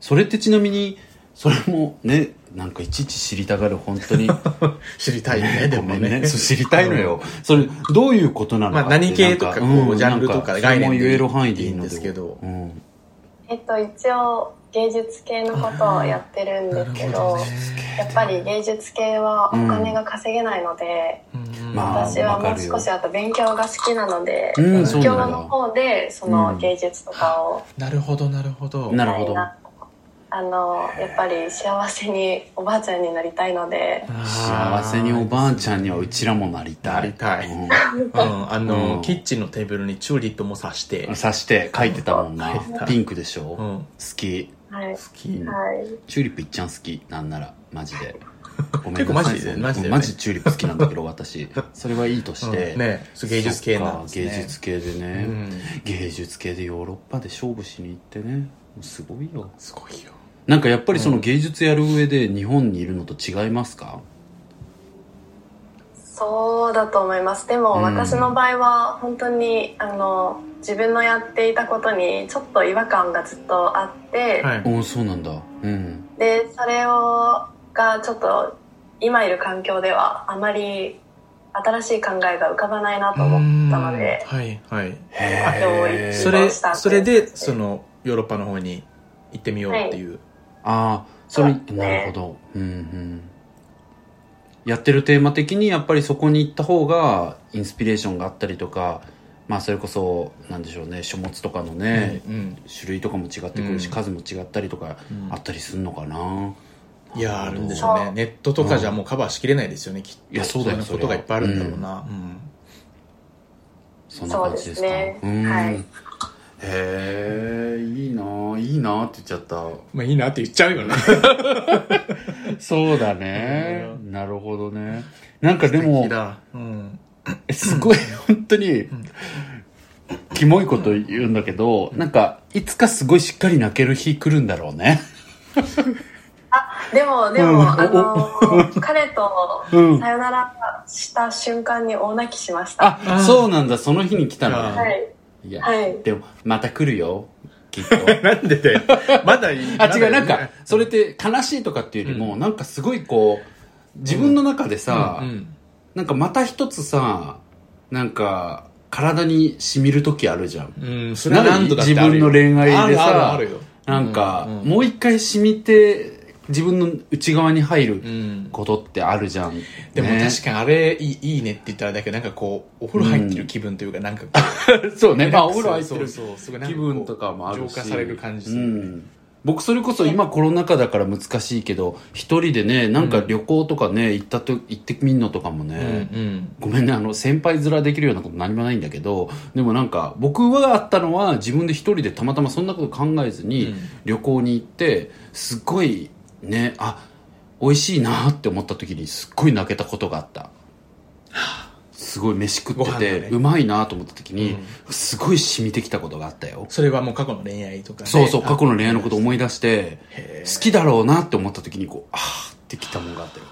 Speaker 2: それってちなみに、それもね、なんかいちいち知りたがる、本当 に。
Speaker 1: 知りたいね、で
Speaker 2: ご
Speaker 1: も
Speaker 2: めんね。
Speaker 1: ね。
Speaker 2: そう知りたいのよ。それ、どういうことなの
Speaker 1: まあ
Speaker 2: って
Speaker 1: 何系とか
Speaker 2: なん
Speaker 1: こうジャンルとか
Speaker 2: なん
Speaker 1: 概念
Speaker 2: それも言える範囲で
Speaker 1: で
Speaker 2: い
Speaker 1: い
Speaker 2: い
Speaker 1: い
Speaker 2: の
Speaker 1: ん
Speaker 2: で
Speaker 1: ですけど
Speaker 2: うん
Speaker 3: えっと一応芸術系のことをやってるん
Speaker 1: な
Speaker 3: です
Speaker 1: る
Speaker 3: け
Speaker 1: ほ
Speaker 3: ど
Speaker 1: どね。
Speaker 3: やっぱり芸術系はお金が稼げないので、
Speaker 1: うん
Speaker 2: まあ
Speaker 3: 私はもう少しあと勉強が好きなので、
Speaker 2: うん
Speaker 3: 勉
Speaker 2: そう
Speaker 3: 強
Speaker 2: なんだ
Speaker 3: の方でそ
Speaker 2: うん
Speaker 3: の芸術とかを
Speaker 1: なるほど、なるほど。
Speaker 2: なる
Speaker 3: した
Speaker 2: ほ
Speaker 3: い
Speaker 2: ど。
Speaker 3: なあのやっぱり幸せにおばあちゃんになりたいので
Speaker 2: 幸せにおばあちゃんにはうちらもなりたい。
Speaker 1: なりたい
Speaker 2: うん
Speaker 1: うん、あの、
Speaker 2: うん
Speaker 1: キッチンのテーブルにチューリップも刺して、
Speaker 2: 刺して書いてたもんな
Speaker 1: 書いてた
Speaker 2: ピンクでしょ、
Speaker 1: う
Speaker 2: 好
Speaker 1: ん、好
Speaker 2: き
Speaker 3: はい、
Speaker 1: き。
Speaker 3: はい、
Speaker 2: チューリップいっちゃん好きなんならマジ でごめんなさい
Speaker 1: 結構マジで
Speaker 2: そんな
Speaker 1: マジでね
Speaker 2: マジチューリップ好きなんだけど私そ れはいいとして、
Speaker 1: うんねそう芸術系なんですね
Speaker 2: そっか芸術系で
Speaker 1: う
Speaker 2: ね、
Speaker 1: ん。
Speaker 2: 芸術系でヨーロッパで勝負しに行ってねもうすごいよ
Speaker 1: すごいよ。
Speaker 2: なんかやっぱりその芸術やる上で日本にいるのと違いますか、
Speaker 3: そうだと思いますで
Speaker 2: う
Speaker 3: も
Speaker 2: ん
Speaker 3: 私の場合は本当にあの自分のやっていたことにちょっと違和感がずっとあって、
Speaker 1: はい。
Speaker 2: おおそうなんだうん
Speaker 3: でそれをがちょっと今いる環境ではあまり新しい考えが浮かばないなと思ったので
Speaker 1: うんはい、はい。
Speaker 2: へ
Speaker 3: えー
Speaker 1: それ、
Speaker 3: どうした
Speaker 1: それで、その、ヨーロッパの方に行ってみようっていう。
Speaker 2: ああそれ
Speaker 3: そうですね
Speaker 2: なるほどうんうんやってるテーマ的にやっぱりそこに行った方がインスピレーションがあったりとかまあそれこそなんでしょうね書物とかのね、
Speaker 1: うん。
Speaker 2: 種類とかも違ってくるし、
Speaker 1: うん
Speaker 2: 数も違ったりとか
Speaker 1: うん
Speaker 2: あったりするのかな、
Speaker 1: いやー、あるんでしょうね。ネットとかじゃもうカバーしきれないですよね、きっと。
Speaker 2: いやそうだよ
Speaker 1: い
Speaker 2: そ
Speaker 1: こ
Speaker 2: れは
Speaker 1: とがいっぱいあるんだろうな。
Speaker 2: そんな感じですか
Speaker 3: そうですね
Speaker 2: ん
Speaker 3: はい
Speaker 2: へえいいなあいいなあって言っちゃ った
Speaker 1: うん。まあいいなって言っちゃうよね。
Speaker 2: そうだね
Speaker 1: う
Speaker 2: なるほどねなん かでも
Speaker 1: 素敵だうん。
Speaker 2: すごい、本当に、キモいこと言うんだけど、なんか、いつかすごいしっかり泣ける日来るんだろうね。
Speaker 3: でもで
Speaker 2: うん
Speaker 3: も、あの彼と
Speaker 2: うん
Speaker 3: さよならした瞬間に大泣きしました、
Speaker 2: あ、そうなんだ、その日に来たの
Speaker 1: あ
Speaker 2: ね。
Speaker 3: はい
Speaker 2: いや、
Speaker 3: はい
Speaker 2: でも、また来るよ、きっ と。
Speaker 1: なんで だよ。まだいい。
Speaker 2: あ、
Speaker 1: まだ
Speaker 2: 違う、
Speaker 1: よ
Speaker 2: なんか、それって悲しいとかっていうよりも、なんかすごいこう、自分の中でさ、
Speaker 1: うん。
Speaker 2: なんかまた一つさ、なんか、体に染みる時あるじゃん。
Speaker 1: うん、それは何度だってある
Speaker 2: 自
Speaker 1: よ
Speaker 2: 分の恋愛でさ
Speaker 1: あるあるあるよ。
Speaker 2: なんか、
Speaker 1: うん
Speaker 2: もう一回染みて、自分の内側に入る。
Speaker 1: うん。
Speaker 2: ことってあるじゃん。
Speaker 1: でも
Speaker 2: ね
Speaker 1: 確かにあれいいいいねって言ったらだけど、なんかこう、お風呂入ってる気分というか、なんかこう、
Speaker 2: そうね。まあ、お
Speaker 1: リ
Speaker 2: 風
Speaker 1: ラ
Speaker 2: 呂
Speaker 1: ッ
Speaker 2: 入
Speaker 1: ク
Speaker 2: っ
Speaker 1: ス
Speaker 2: てる
Speaker 1: そうそうすごいなん
Speaker 2: 気
Speaker 1: かこう
Speaker 2: 分とかもあるし。
Speaker 1: 浄化される感じす
Speaker 2: う
Speaker 1: る。
Speaker 2: ん。僕、それこそ今コロナ禍だから難しいけど、一人でね、なんか旅行とかね、行ったと、行ってみんのとかも
Speaker 1: うんう
Speaker 2: ね、
Speaker 1: ん。
Speaker 2: ごめんね、あの、先輩面できるようなこと何もないんだけど、でもなんか、僕があったのは自分で一人でたまたまそんなこと考えずに、
Speaker 1: うん
Speaker 2: 旅行に行って、すっごいね、あ、美味しいなって思った時にすっごい泣けたことがあった。すごい飯食っ
Speaker 1: ご
Speaker 2: て
Speaker 1: 飯が
Speaker 2: て、
Speaker 1: ね
Speaker 2: うまいなと思った時に、すごい染みてきたことがあったよ。
Speaker 1: それはもう過去の恋愛とかね。
Speaker 2: そうそう、過去の恋愛のこと
Speaker 1: あ
Speaker 2: 思い出して、
Speaker 1: へ
Speaker 2: 好きだろうなって思った時に、こう、あーってきたものがあったよ。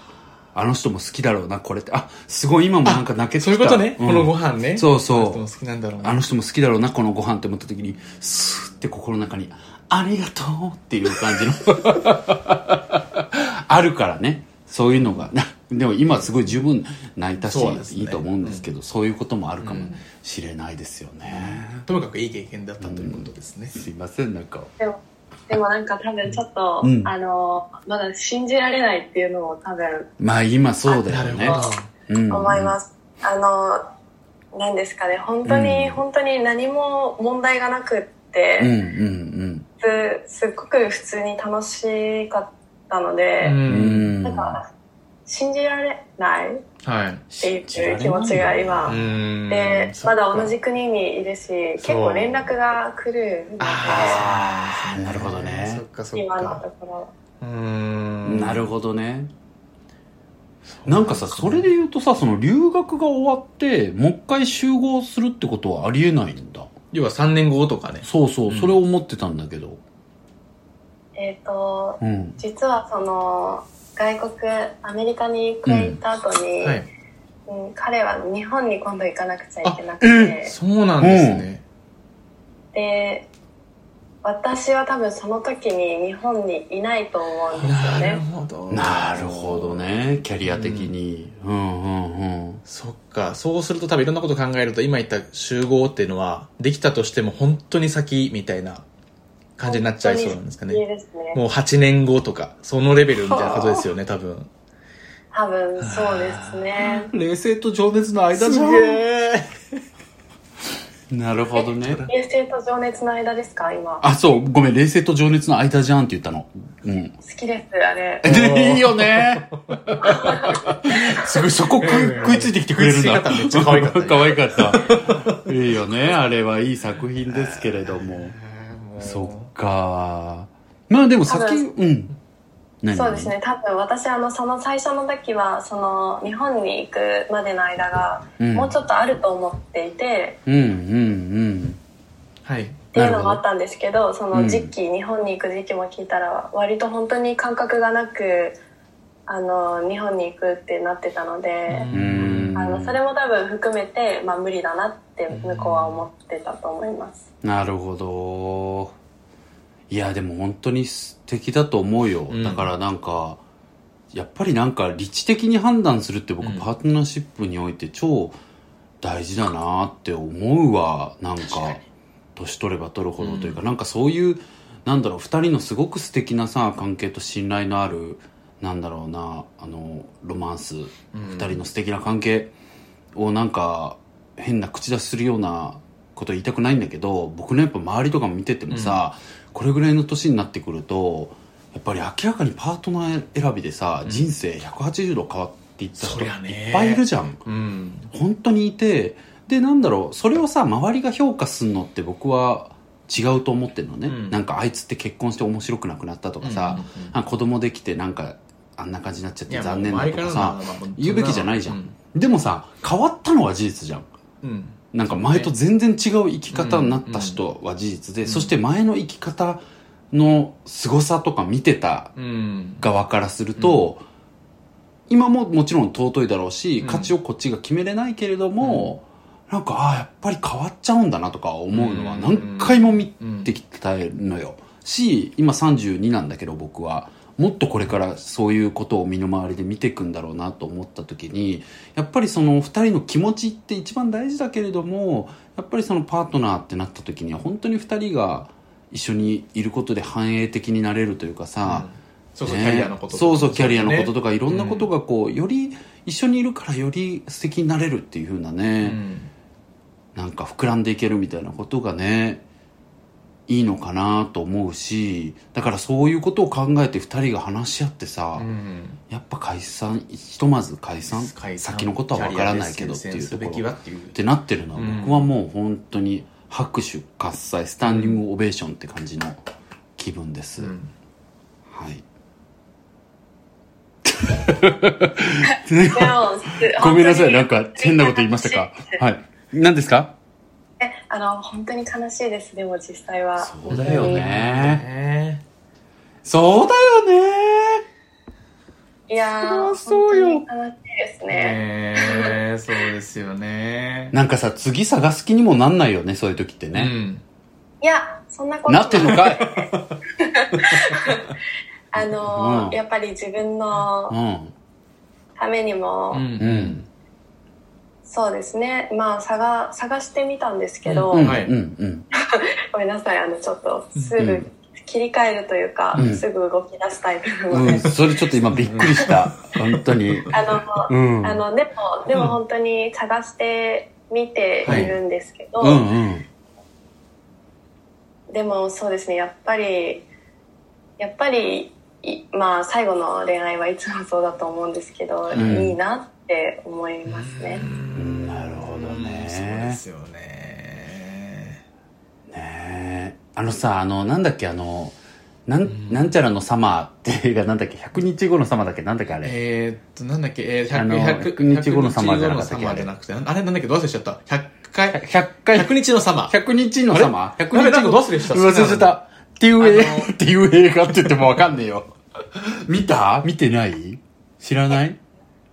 Speaker 2: あの人も好きだろうな、これって。あ、すごい、今もなんか泣けてきた。
Speaker 1: そういうことね。
Speaker 2: ん
Speaker 1: このご飯ね。
Speaker 2: そうそう
Speaker 1: あの人も好きなんだろう
Speaker 2: あ
Speaker 1: な。
Speaker 2: の人も好きだろうな、このご飯って思った時に、スーって心の中に、ありがとうっていう感じの、 あるからね。そういうのが、 なでも今すごい十分泣いたし、
Speaker 1: そうですね
Speaker 2: いいと思うんですけど、そういうこともあるかもしれないですよね。
Speaker 1: ともかくいい経験だったということですね。
Speaker 2: すいません、なんか。
Speaker 3: でもでもなんか多分ちょっと、
Speaker 2: うん
Speaker 3: あのまだ信じられないっていうのも多分
Speaker 2: まあ今そうだ
Speaker 1: な
Speaker 2: よ
Speaker 1: る
Speaker 2: ね。
Speaker 1: ほど。
Speaker 2: うん
Speaker 3: 思います、あのなんですかね本当に、
Speaker 2: うん
Speaker 3: 本当に何も問題がなくって、
Speaker 2: うんうん
Speaker 3: 普通すっごく普通に楽しかったので、
Speaker 2: うん。うん。
Speaker 3: なんか信じられないっ
Speaker 1: はい。
Speaker 3: て
Speaker 2: 信じられな
Speaker 3: い
Speaker 2: い
Speaker 3: う気持ちが今。
Speaker 1: うん
Speaker 3: で
Speaker 1: そ
Speaker 3: ま
Speaker 1: っか
Speaker 3: だ同じ国にいるし結構連絡が来るので
Speaker 2: あーなるほどね
Speaker 1: そっかそっ
Speaker 3: 今のと
Speaker 1: か。
Speaker 3: ころ
Speaker 1: うーん。
Speaker 2: なるほどね。
Speaker 1: う
Speaker 2: なんかさ、それで言うとさ、その留学が終わって、もう一回集合するってことはありえないんだ。
Speaker 1: 要は3年後とかね。
Speaker 2: そうそう、
Speaker 1: うん
Speaker 2: それを思ってたんだけど。
Speaker 3: えっ、と
Speaker 2: うん。
Speaker 3: 実はその外国アメリカに行った後に、
Speaker 1: はい。
Speaker 3: うん彼は日本に今度行かなくちゃいけなく
Speaker 2: あ
Speaker 3: て
Speaker 1: そうなんですね。
Speaker 3: で私は多分その時に日本にいないと思うんですよ
Speaker 1: なる
Speaker 3: ね
Speaker 1: ほど。
Speaker 2: なるほど。ね、キャリア的に。うん、うん、うん。
Speaker 1: そっか。そうすると多分いろんなこと考えると、今言った集合っていうのは、できたとしても本当に先みたいな感じになっちゃいそうなんですか
Speaker 3: いい
Speaker 1: ね。
Speaker 3: ですね
Speaker 1: もう8年後とか、そのレベルみたいなことですよね、多分。
Speaker 3: 多分そうですね
Speaker 2: 冷静と情熱の間
Speaker 1: すげー
Speaker 2: なるほどね。
Speaker 3: 冷静と情熱の間ですか今好
Speaker 2: あ、そう、ごめん、冷静と情熱の間じゃんって言ったの。うん。
Speaker 3: きですあれ
Speaker 2: でいいよね。 すごい、そこ食い食いついてきてくれるんだ。
Speaker 1: 食いつき方めっちゃ可愛かったね
Speaker 2: 可愛かった。いいよね。あれはいい作品ですけれども。そっか。まあでも先、うん。何
Speaker 3: そうです。ね多分私あのその最初の時はその日本に行くまでの間が
Speaker 2: うん
Speaker 3: もうちょっとあると思っていて、
Speaker 2: うんうん
Speaker 1: はい。
Speaker 3: っていうのもあったんですけどそ
Speaker 2: うん
Speaker 3: の時期、日本に行く時期も聞いたら割と本当に感覚がなくあの日本に行くってなってたので、
Speaker 2: うん。うん。
Speaker 3: あのそれも多分含めて、まあ、無理だなって向こうは思ってたと思います、
Speaker 2: なるほどいやでも本当に素敵だと思うよ、
Speaker 1: うん
Speaker 2: だからなんかやっぱりなんか理知的に判断するって僕、
Speaker 1: うん
Speaker 2: パートナーシップにおいて超大事だなって思うわなんか
Speaker 1: 確かに
Speaker 2: 年取れば取るほどというか、
Speaker 1: うん
Speaker 2: なんかそういうなんだろう2人のすごく素敵なさ関係と信頼のあるなんだろうなあのロマンス
Speaker 1: うん
Speaker 2: 二人の素敵な関係をなんか変な口出しするようなこと言いたくないんだけど僕のやっぱ周りとかも見ててもさ、これぐらいの年になってくるとやっぱり明らかにパートナー選びでさ、
Speaker 1: うん
Speaker 2: 人生180度変わっていった人
Speaker 1: そ
Speaker 2: い
Speaker 1: りゃね
Speaker 2: っぱいいるじゃん
Speaker 1: うん。
Speaker 2: 本当にいてでなんだろうそれをさ周りが評価するのって僕は違うと思ってるのね、
Speaker 1: うん
Speaker 2: なんかあいつって結婚して面白くなくなったとかさ、
Speaker 1: うんうんうん
Speaker 2: あ子供できてなんかあんな感じになっちゃって残念だとか
Speaker 1: い
Speaker 2: さ
Speaker 1: やもう周りからのまあ本当な
Speaker 2: 言うべきじゃないじゃん、でもさ変わったのは事実じゃん
Speaker 1: うん。うん
Speaker 2: なんか前と全然違う生き方になった人は事実で、
Speaker 1: ん
Speaker 2: そして前の生き方の凄さとか見てた
Speaker 1: うん。
Speaker 2: 側からすると、今ももちろん尊いだろうし、
Speaker 1: うん
Speaker 2: 価値をこっちが決めれないけれども、なんかああやっぱり変わっちゃうんだなとか思うのは
Speaker 1: うん
Speaker 2: 何回も見てきたのよ、し今32なんだけど僕はもっとこれからそういうことを身の回りで見ていくんだろうなと思った時にやっぱりその2人の気持ちって一番大事だけれどもやっぱりそのパートナーってなった時には本当に2人が一緒にいることで繁栄的になれるというかさ、
Speaker 1: そうそう、
Speaker 2: ね
Speaker 1: キャリアのこととか
Speaker 2: そうそうキャリアのこと
Speaker 1: ね
Speaker 2: とかいろんなことがこうより一緒にいるからより素敵になれるっていう風な
Speaker 1: う
Speaker 2: ね、
Speaker 1: ん
Speaker 2: なんか膨らんでいけるみたいなことがねいいのかなと思うしだからそういうことを考えて2人が話し合ってさ、
Speaker 1: うん
Speaker 2: やっぱ解散ひとまず解散
Speaker 1: 解散
Speaker 2: 先のことは分からないけどって
Speaker 1: キャ
Speaker 2: い
Speaker 1: リアで
Speaker 2: うと
Speaker 1: す
Speaker 2: ころ
Speaker 1: べきはっていう
Speaker 2: ってなってるのは、
Speaker 1: うん
Speaker 2: 僕はもう本当に拍手喝采スタンディングオベーションって感じの気分です、
Speaker 1: うん
Speaker 2: はい
Speaker 3: でもす
Speaker 2: ごめんなさ
Speaker 3: 本
Speaker 2: い
Speaker 3: 当に
Speaker 2: なんか変なこと言いましたかはい何ですか
Speaker 3: えあの本当に悲しいですでも実際は
Speaker 2: そうだよね
Speaker 1: ね
Speaker 2: そうだよね
Speaker 3: いやー
Speaker 2: そりゃそうよ
Speaker 3: 本当に悲しいです
Speaker 1: え
Speaker 3: ね
Speaker 1: ねえそうですよね
Speaker 2: なんかさ次探す気にもなんないよねそういう時って
Speaker 1: う
Speaker 2: ね、
Speaker 1: ん
Speaker 3: いやそんなこと
Speaker 2: なってんのかい、
Speaker 3: あのー
Speaker 2: うん
Speaker 3: やっぱり自分
Speaker 2: う
Speaker 3: の
Speaker 2: ん
Speaker 3: ためにも、
Speaker 1: うん
Speaker 2: うん、
Speaker 3: そうですねまあ探探してみたんですけど、
Speaker 2: うん
Speaker 1: はい
Speaker 2: うんうん
Speaker 3: ごめんなさいあのちょっとす
Speaker 2: う
Speaker 3: ぐ
Speaker 2: ん
Speaker 3: 切り替えるというか、
Speaker 2: うん
Speaker 3: すぐ動き出したい部分
Speaker 2: う
Speaker 3: で、
Speaker 2: ん、それちょっと今びっくりした本当に
Speaker 3: あの、
Speaker 2: うん
Speaker 3: あのでもでも本当に探して見ているんですけど、
Speaker 2: うんうん。
Speaker 3: でもそうですねやっぱりやっぱりいまあ最後の恋愛はいつもそうだと思うんですけど、
Speaker 2: ん
Speaker 3: いいなって思いますね。
Speaker 1: ん
Speaker 2: なるほどね
Speaker 1: そうですよね。
Speaker 2: ねえあのさあのなんだっけあのなんなんちゃらのサマーっていう映画なんだっけ100日後のサマーだっけなんだっけあれ
Speaker 1: えーっと、なんだっけ、えー、
Speaker 2: あの
Speaker 1: 100
Speaker 2: 100日後のサマーじゃなかったっけ
Speaker 1: 100日後のサマーじゃなくて、あれなんだっけ、どう忘れしちゃった。100回、
Speaker 2: 100回
Speaker 1: 100日のサマー。
Speaker 2: 100日のサマー
Speaker 1: あれなんか
Speaker 2: 後
Speaker 1: 忘れした
Speaker 2: 忘れてたっていう映
Speaker 1: あの
Speaker 2: 画っていう映画って言ってもわかんねえよ見た見てない知らない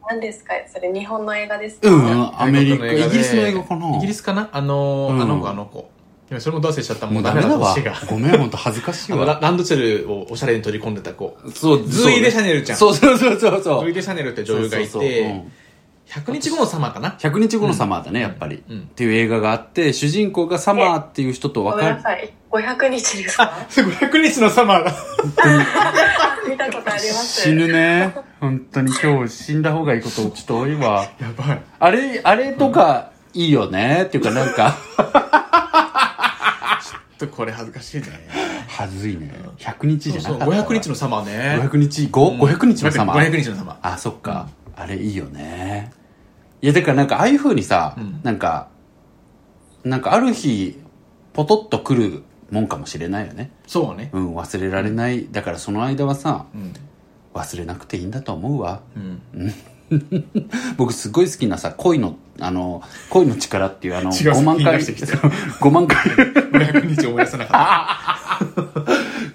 Speaker 3: 何ですかそれ日本の映画ですか、
Speaker 2: う
Speaker 3: あ
Speaker 2: んアメリカ
Speaker 1: 外国の映画で
Speaker 2: イギリスの映画かな
Speaker 1: イギリスかなあのー、
Speaker 2: うん
Speaker 1: あの子あの子。いやそれもどう忘れしちゃった。
Speaker 2: もうダメだわ
Speaker 1: 年が。
Speaker 2: ごめん本当恥ずかしい
Speaker 1: あの
Speaker 2: わ
Speaker 1: ラランドセルをおしゃれに取り込んでた子。
Speaker 2: そう
Speaker 1: ズイ・デ・シャネルちゃん。
Speaker 2: そうそうそうそうそう
Speaker 1: ズイ・デ・シャネルって女優がい
Speaker 2: そうそうそうう
Speaker 1: て
Speaker 2: ん、
Speaker 1: 100日後のサマーか な
Speaker 2: 100日後のサマーだね、やっぱり、
Speaker 1: うん
Speaker 2: っていう映画があって、主人公がサマーっていう人と
Speaker 3: ごめん
Speaker 2: 別れ
Speaker 3: な、さい500日で すか
Speaker 1: 500日のサマーが。
Speaker 3: 見たことあります
Speaker 2: 死ぬね。本当に今日死んだ方がいいことちょっと多いわ。
Speaker 1: やばい。
Speaker 2: あれ、あれとか、いいよねっていうかなんか、
Speaker 1: ちょっとこれ恥ずかしいね。
Speaker 2: はずいね。100日じゃな
Speaker 1: そ
Speaker 2: か
Speaker 1: う
Speaker 2: っ
Speaker 1: そ
Speaker 2: た
Speaker 1: う
Speaker 2: わ。
Speaker 1: 500日のサマーね。
Speaker 2: 500日、ご500日のサマー。
Speaker 1: 500日の様。
Speaker 2: あ、そっか。あれいいよね。いや、だからなんかああいう風にさ、
Speaker 1: うん
Speaker 2: なんか、なんかある日、ポトッと来るもんかもしれないよね。
Speaker 1: そうね。
Speaker 2: うん、忘れられない。だからその間はさ、
Speaker 1: うん。
Speaker 2: 忘れなくていいんだと思うわ。
Speaker 1: うん。
Speaker 2: 僕すごい好きなさ、恋の、あの、恋の力っていうあの、
Speaker 1: 違う
Speaker 2: 5万回、
Speaker 1: 作 品出してきた
Speaker 2: 5万回、
Speaker 1: 500日思い出さなかっ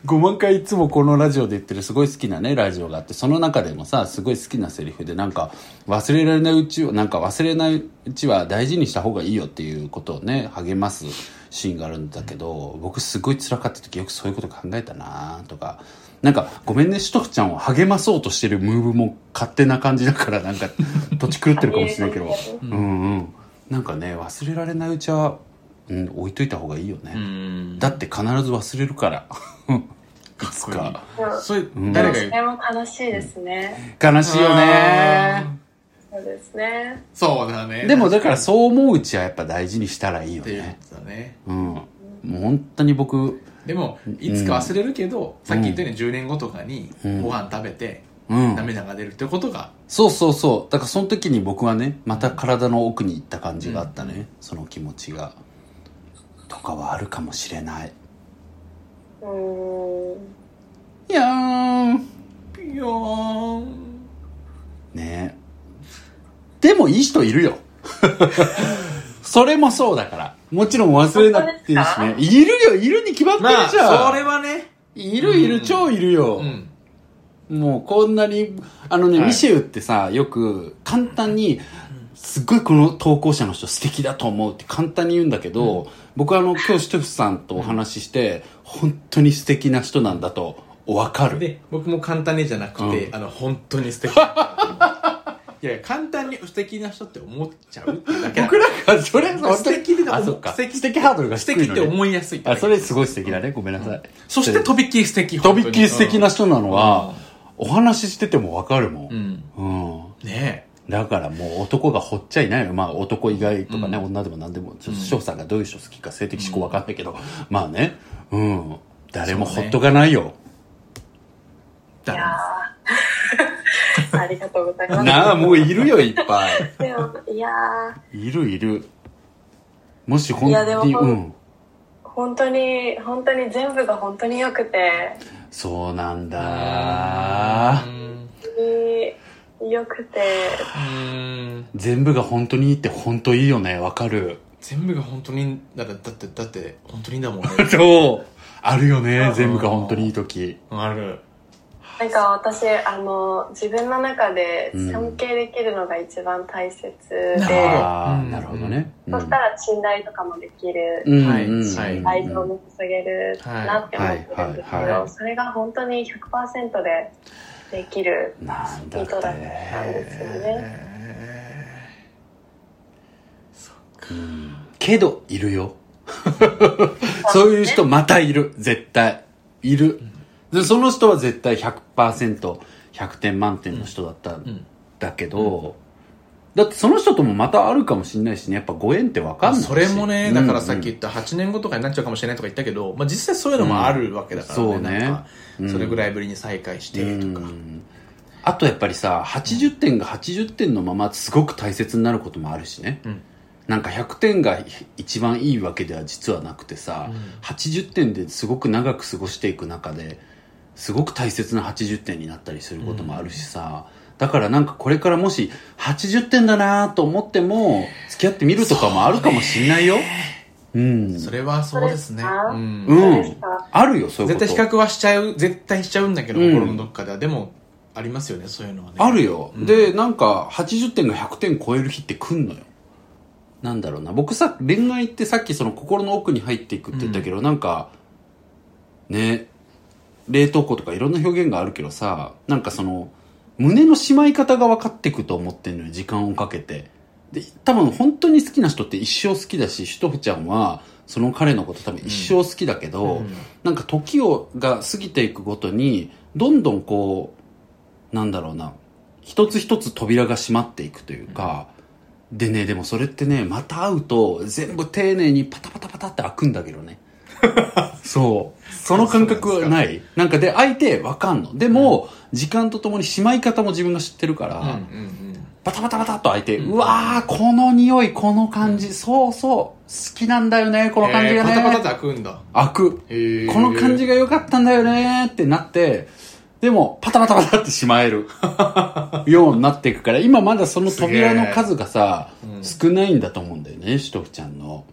Speaker 2: 5万回いつもこのラジオで言ってるすごい好きなね、ラジオがあって、その中でもさ、すごい好きなセリフで、なんか、忘れられないうちを、なんか忘れないうちは大事にした方がいいよっていうことをね、励ますシーンがあるんだけど、僕すごい辛かった時よくそういうこと考えたなとか、なんか、ごめんね、しとくちゃんを励まそうとしてるムーブも勝手な感じだから、なんか、土地狂ってるかもしれ ないけど、うんうん。なんかね、忘れられないうちは、うん、置いといた方がいいよね。
Speaker 1: た。うん。
Speaker 2: だって必ず忘れるから。いつか。
Speaker 3: うん
Speaker 1: そういう
Speaker 2: うん、
Speaker 3: で
Speaker 1: 誰
Speaker 3: も
Speaker 1: が
Speaker 3: そ
Speaker 1: 言う
Speaker 3: れも悲しいですね、
Speaker 2: 悲しいよね。
Speaker 3: そうですね
Speaker 1: そうだね。
Speaker 2: でもだからそう思ううちはやっぱ大事にしたらいいよ
Speaker 1: っていうこ
Speaker 2: ね。
Speaker 1: とだね。
Speaker 2: うん。もう本当に僕、
Speaker 1: でも、いつか忘れるけど、さっき言ったように10年後とかに
Speaker 2: うん
Speaker 1: ご飯食べて、
Speaker 2: うん。
Speaker 1: 涙が出るってことが、
Speaker 2: そうそうそう。だからその時に僕はね、また体の奥に行った感じがあったね。その気持ちが。とかはあるかもしれない。
Speaker 3: うーん
Speaker 2: いやーん。
Speaker 1: ピヨーン。
Speaker 2: ねでもいい人いるよ。 それもそうだから。もちろん忘れなくていいしね
Speaker 3: 本。
Speaker 2: いるよ、いるに決まってる
Speaker 1: まあ、
Speaker 2: じゃん。
Speaker 1: それはね。
Speaker 2: いるいる、
Speaker 1: うん
Speaker 2: 超いるよ。
Speaker 1: うん。
Speaker 2: もうこんなに、あのね、
Speaker 1: はい
Speaker 2: ミシェウってさ、よく簡単に、すっごいこの投稿者の人素敵だと思うって簡単に言うんだけど、僕はあの、今日シュトゥフさんとお話しして、本当に素敵な人なんだと、わかる。
Speaker 1: で、僕も簡単にじゃなくて、
Speaker 2: う
Speaker 1: あの、本当に素敵 だな。いや、簡単に素敵な人って思っちゃうってだけだ
Speaker 2: 僕なんか、それ、
Speaker 1: 素敵で
Speaker 2: あ、そっか。
Speaker 1: 素敵
Speaker 2: 素敵ハードルが
Speaker 1: 素
Speaker 2: 低いの、ね。
Speaker 1: 敵って思いやすいってだ
Speaker 2: あ、
Speaker 1: け
Speaker 2: それすごい素敵だね。ごめんなさい。
Speaker 1: そして、とびっきり素敵。
Speaker 2: とびっきり素敵な
Speaker 1: 人。
Speaker 2: 人なのは、お話ししててもわかるも。
Speaker 1: うんん。
Speaker 2: うん
Speaker 1: ね
Speaker 2: だからもう男が掘っちゃいないよ。まあ男以外とかね、
Speaker 1: うん
Speaker 2: 女でも何でも、ちょっと
Speaker 1: うん
Speaker 2: 翔さんがどういう人好きか性的思考わかんないけど、まあね、うん。誰もほっとかないよ。
Speaker 1: え。だ
Speaker 3: い
Speaker 1: ろ
Speaker 3: やーありがとうございます
Speaker 2: なあ、もういるよ、いっぱ い。
Speaker 3: でもいやー
Speaker 2: いるいる。もし本
Speaker 3: いやで
Speaker 2: 当に、
Speaker 3: も
Speaker 2: うん。
Speaker 3: 本当に本当に全部が本当に良くて
Speaker 2: そうなん
Speaker 1: う
Speaker 2: だ。
Speaker 1: ん
Speaker 3: 本当に良くて
Speaker 1: うん
Speaker 2: 全部が本当にいいって本当いいよね、わかる。
Speaker 1: 全部が本当にだってだってだって本当にだもんね
Speaker 2: そう。あるよね、全部が本当にいい時。
Speaker 1: ある
Speaker 3: なんか私あの自分の中で
Speaker 2: うん
Speaker 3: 尊敬できるのが一番大切
Speaker 1: なるほ
Speaker 3: で、
Speaker 2: ああ、
Speaker 1: うん
Speaker 2: なるほどね。うん
Speaker 3: そしたら信頼とかもできる、
Speaker 2: うん
Speaker 1: はい
Speaker 2: うん
Speaker 1: はい
Speaker 2: うん
Speaker 3: 愛情も注げるなって思ってるんですけど、
Speaker 2: はいはいはい
Speaker 3: それが本当に100%でできる
Speaker 2: なんだっ
Speaker 3: 人だったん
Speaker 2: て。
Speaker 3: ですよね。
Speaker 2: けど、いるよ。 そういう人またいる。絶対。いる。でその人は絶対100%、100点満点の人だったんだけど、だってその人ともまたあるかもしれないしね、やっぱご縁ってわかんないし。
Speaker 1: それもね、
Speaker 2: うん
Speaker 1: だからさっき言った8年後とかになっちゃうかもしれないとか言ったけど、まあ実際そういうのもあるわけだからね。
Speaker 2: うんそうね
Speaker 1: なんか
Speaker 2: うん
Speaker 1: それぐらいぶりに再会して
Speaker 2: う
Speaker 1: とか。
Speaker 2: んあとやっぱりさ、80点が80点のまますごく大切になることもあるしね。
Speaker 1: うん
Speaker 2: なんか100点が一番いいわけでは実はなくてさ、80点ですごく長く過ごしていく中ですごく大切な80点になったりすることもあるしさ、だからなんかこれからもし80点だなと思っても付き合ってみるとかもあるかもしんないよ。うん。
Speaker 1: それはそうですね。
Speaker 3: それさ
Speaker 1: うん
Speaker 2: う
Speaker 3: そうです
Speaker 2: ん
Speaker 3: か。
Speaker 2: あるよ、そういう
Speaker 1: 絶
Speaker 2: こと。
Speaker 1: 対比較はしちゃう、絶対しちゃうんだけど、
Speaker 2: うん
Speaker 1: 心のどっかでは。でも、ありますよね、そういうのはね。
Speaker 2: あるよ、
Speaker 1: うん
Speaker 2: でなんか80点が100点超える日って来んのよなんだろうな僕さ恋愛ってさっきその心の奥に入っていくって言ったけど、なんかね冷凍庫とかいろんな表現があるけどさなんかその胸のしまい方が分かってくと思ってんのよ時間をかけてで多分本当に好きな人って一生好きだしシュトフちゃんはその彼のこと多分一生好きだけど、
Speaker 1: うん
Speaker 2: なんか時をが過ぎていくごとにどんどんこうなんだろうな一つ一つ扉が閉まっていくというか、でねでもそれってねまた会うと全部丁寧にパタパタパタって開くんだけ どねそうその感覚はないなんかで相手わかんのでも、時間とともにしまい方も自分が知ってるから、
Speaker 1: うんうんうん
Speaker 2: バタバタバタっと開いて、
Speaker 1: う
Speaker 2: うんわーこの匂いこの感じ、そうそう好きなんだよねこの感じがね、
Speaker 1: えーパタパタって開くんだ。
Speaker 2: 開く
Speaker 1: へー
Speaker 2: この感じが良かったんだよねーってなって、でも、パタパタパタってしまえ るようになっていくから、今まだその扉の数がさ
Speaker 1: すげえうん、
Speaker 2: 少ないんだと思うんだよね、しとふちゃんの。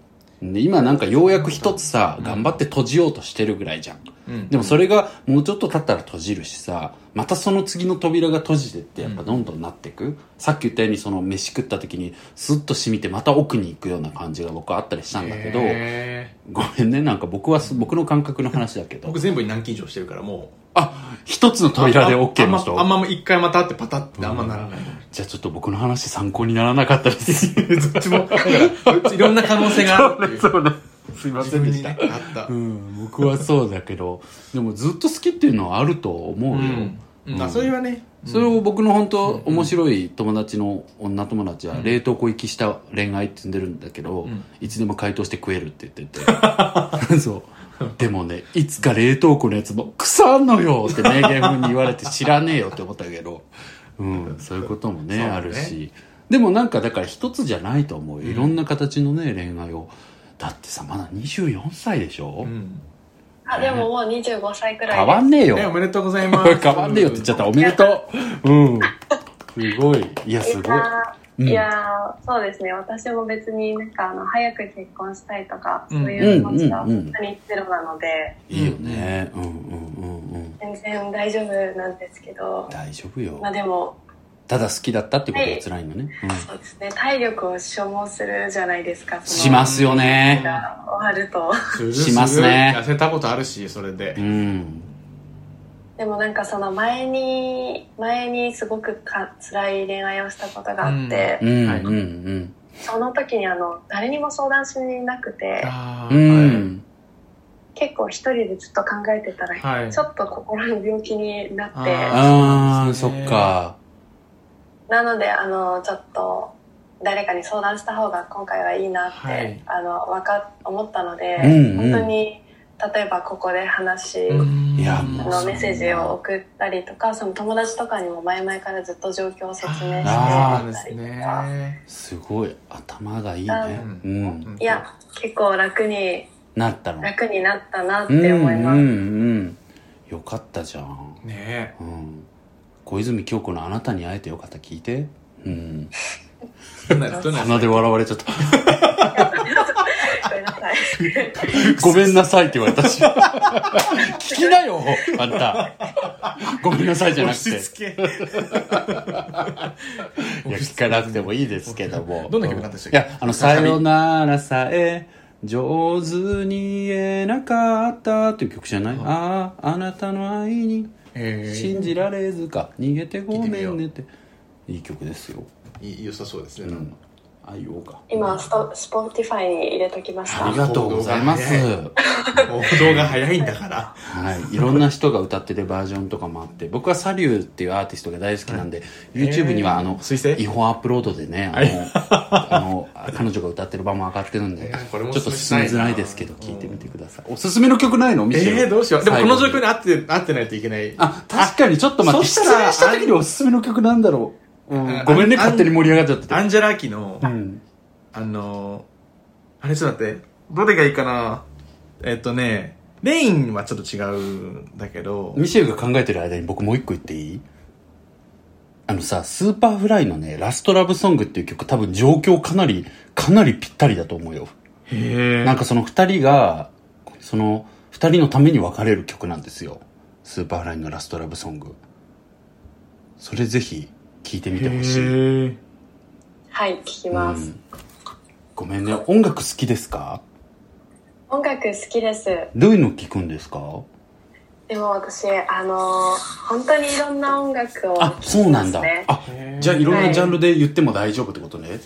Speaker 2: で今なんかようやく一つさ、頑張って閉じようとしてるぐらいじゃん。
Speaker 1: うん
Speaker 2: でもそれがもうちょっと経ったら閉じるしさ、またその次の扉が閉じてってやっぱどんどんなってく。さっき言ったようにその飯食った時にスッと染みてまた奥に行くような感じが僕はあったりしたんだけど、
Speaker 1: へ
Speaker 2: ごめんね、なんか僕はす、僕の感覚の話だけ
Speaker 1: ー
Speaker 2: ど
Speaker 1: 僕。全部に軟禁状してるから、もう。
Speaker 2: あ、一つの扉で OK の人。
Speaker 1: あんま、あんま一回また会ってパタってあんまならない。
Speaker 2: じゃあちょっと僕の話参考にならなかったです。
Speaker 1: どっち も、だからいろんな可能性があるっていう。
Speaker 2: そうね。すいませんでし
Speaker 1: 自
Speaker 2: た。
Speaker 1: 分にあっ
Speaker 2: う
Speaker 1: た。
Speaker 2: ん、僕はそうだけど、でもずっと好きっていうのはあると思うよ。
Speaker 1: うんうんあそれはね、
Speaker 2: それを僕の本当面白い友達の女友達は冷凍庫行きした恋愛って呼んでるんだけど、
Speaker 1: ん
Speaker 2: いつでも解凍して食えるって言って てそうでもねいつか冷凍庫のやつも腐んのよって名言風に言われて知らねえよって思ったけ ど、うん、そういうこともね
Speaker 1: そうね
Speaker 2: あるしでもなんかだから一つじゃないと思うよいろんな形のね恋愛をだってさまだ24歳でしょ、
Speaker 1: うん
Speaker 3: あ、でももう25歳くらいです。
Speaker 2: 変わんねえよ
Speaker 1: ねおめでとうござい
Speaker 2: 変
Speaker 1: ます
Speaker 2: わんねえよって言っちゃったおめでとううんすごいいやすごい
Speaker 3: やーいやーそうですね私も別になんかあの早く結婚したいとか、
Speaker 1: うん
Speaker 3: そういう気持ちは
Speaker 2: うんうんうん
Speaker 3: 本当にゼロなので
Speaker 2: いいよねうんうんうんうん
Speaker 3: 全然大丈夫なんですけど
Speaker 2: 大丈夫よ
Speaker 3: まあでも
Speaker 2: ただ好きだったってことが辛いのね、うん
Speaker 3: そうですね体力を消耗するじゃないですかその
Speaker 2: しますよね
Speaker 3: が終わると
Speaker 1: す
Speaker 2: しますね
Speaker 1: 痩せたことあるしそれで
Speaker 2: う、ん
Speaker 3: でもなんかその前に前にすごくか辛い恋愛をしたことがあって、
Speaker 2: うんうん
Speaker 1: は
Speaker 2: う
Speaker 1: い
Speaker 2: ん
Speaker 3: その時にあの誰にも相談しなくて
Speaker 1: あ
Speaker 2: う
Speaker 1: ー
Speaker 2: ん
Speaker 3: 結構一人でずっと考えてたら、
Speaker 1: はい
Speaker 3: ちょっと心の病気になって
Speaker 1: あ
Speaker 2: ああそ
Speaker 1: そ
Speaker 2: う
Speaker 1: ですね
Speaker 2: っか
Speaker 3: なのであのちょっと誰かに相談した方が今回はいいなって、
Speaker 1: はい
Speaker 3: あのわか思ったので、
Speaker 2: うんうん
Speaker 3: 本当に例えばここで話、
Speaker 1: うん
Speaker 2: いや
Speaker 3: あ
Speaker 2: もう
Speaker 3: のメッセージを送ったりとかその友達とかにも前々からずっと状況を説明して
Speaker 1: あーそう
Speaker 3: た
Speaker 1: です
Speaker 3: りとか、
Speaker 1: ね
Speaker 2: すごい頭がいいね
Speaker 1: うん
Speaker 2: うん
Speaker 3: いや結構楽に
Speaker 2: なったの
Speaker 3: 楽になったなっ
Speaker 2: うん
Speaker 3: て思います。
Speaker 2: うんうんよかったじゃん
Speaker 1: ね
Speaker 2: うん小泉今日子のあなたに会えてよかった聞いてうん
Speaker 1: えどんなやつどんなやつ
Speaker 2: 鼻で笑われちゃった
Speaker 3: ごめんなさい
Speaker 2: ごめんなさいって言われた し。聞きなよ、あんた。ごめんなさいじゃな
Speaker 1: 押
Speaker 2: くて。
Speaker 1: し
Speaker 2: い
Speaker 1: 付け
Speaker 2: や、聞かなくてもいいですけども。
Speaker 1: どんな曲なんでしたっ
Speaker 2: い
Speaker 1: け
Speaker 2: や、あの、さよならさえ、上手に言えなかったっていう曲じゃない、
Speaker 1: はい
Speaker 2: ああ、あなたの愛に
Speaker 1: え
Speaker 2: 信じられずか、逃げてご
Speaker 1: 聞いて
Speaker 2: めん
Speaker 1: み
Speaker 2: ねって。いい曲ですよ。
Speaker 1: ーいい良さそうです
Speaker 2: う
Speaker 1: ね、
Speaker 2: ん。 IO か。
Speaker 3: 今スト、スポティファイに入れときました。
Speaker 2: ありがとうございます。
Speaker 1: 報道が早いんだから。
Speaker 2: はい、いろんな人が歌ってるバージョンとかもあって僕はサリューっていうアーティストが大好きなんで、YouTube にはあの
Speaker 1: 推薦
Speaker 2: 違法アップロードでねあの あの彼女が歌ってる場も上がってるんで、
Speaker 1: えーこれも
Speaker 2: ちょっと進めづらいですけど
Speaker 1: うん
Speaker 2: 聞いてみてください、おすすめの曲ないのミシェル
Speaker 1: ええー、どうしよう。でもこの状況
Speaker 2: 最後
Speaker 1: に合って、合ってないといけない。
Speaker 2: あ確かにちょっと待って
Speaker 1: そ
Speaker 2: 失
Speaker 1: したら
Speaker 2: 礼した時におすすめの曲なんだろう、うん
Speaker 1: あ
Speaker 2: ごめんね
Speaker 1: あん
Speaker 2: 勝手に盛り上がっちゃってて
Speaker 1: アンジェラーキの、
Speaker 2: うん
Speaker 1: あのー、あれちょっと待って、どれがいいかなえっとね、レインはちょっと違うんだけど、
Speaker 2: ミシェルが考えてる間に僕もう一個言っていいあのさ、スーパーフライのね、ラストラブソングっていう曲多分状況かなり、かなりぴったりだと思うよ。
Speaker 1: へ
Speaker 2: なんかその二人が、その二人のために別れる曲なんですよ。スーパーフライのラストラブソング。それぜひ聴いてみてほしい。
Speaker 1: ー
Speaker 3: はい、聞きます。
Speaker 2: うんごめんね、音楽好きですか
Speaker 3: 音楽好きです。
Speaker 2: どういうの聴くんですか
Speaker 3: でも私、あのー本当にいろんな音楽を聴き
Speaker 2: あ
Speaker 3: ま、す、ね。
Speaker 2: そうなんだ。あ、じゃあいろんなジャンルで言っても大丈夫ってことね。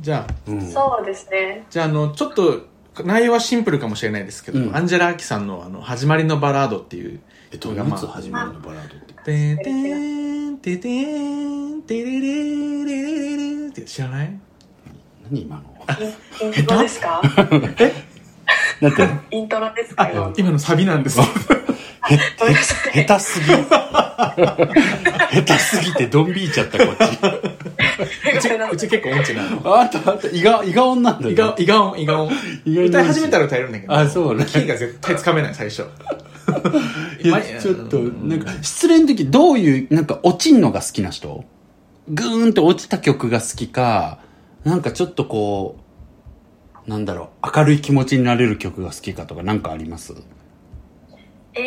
Speaker 1: じゃあ、
Speaker 2: うん。
Speaker 3: そうですね。
Speaker 1: じゃあ、あの、ちょっと、内容はシンプルかもしれないですけど、
Speaker 2: うん
Speaker 1: アンジェラ・アキさんの、あの、始まりのバラードっていう、
Speaker 2: えっと、いつ始まるのバラードって。
Speaker 1: てんてん、ててん、てれれれれれれって知らない
Speaker 2: 何今 の
Speaker 3: インイントロですか
Speaker 2: だって、
Speaker 3: イントロですか
Speaker 1: あ
Speaker 3: 今、
Speaker 1: 今のサビなんです。
Speaker 3: ごめんなさい。
Speaker 2: 下手すぎ。 下手すぎてドン引いちゃった、こっち。
Speaker 1: うち、
Speaker 3: ごめんなさ
Speaker 1: う
Speaker 3: い
Speaker 1: ち結構音痴なの。
Speaker 2: あんた、あんた、胃が、胃が女なんだ
Speaker 1: イガ
Speaker 2: よ。
Speaker 1: イガオン、イガオン。
Speaker 2: イガオン
Speaker 1: 歌い始めたら歌えるんだけど。
Speaker 2: あそうね
Speaker 1: キーが絶対つかめない、最初。
Speaker 2: いやちょっと、なんか、失恋の時、どういう、なんか、落ちんのが好きな人ぐーんと落ちた曲が好きか、なんかちょっとこう、なんだろう、明るい気持ちになれる曲が好きかとか、なんかあります
Speaker 3: え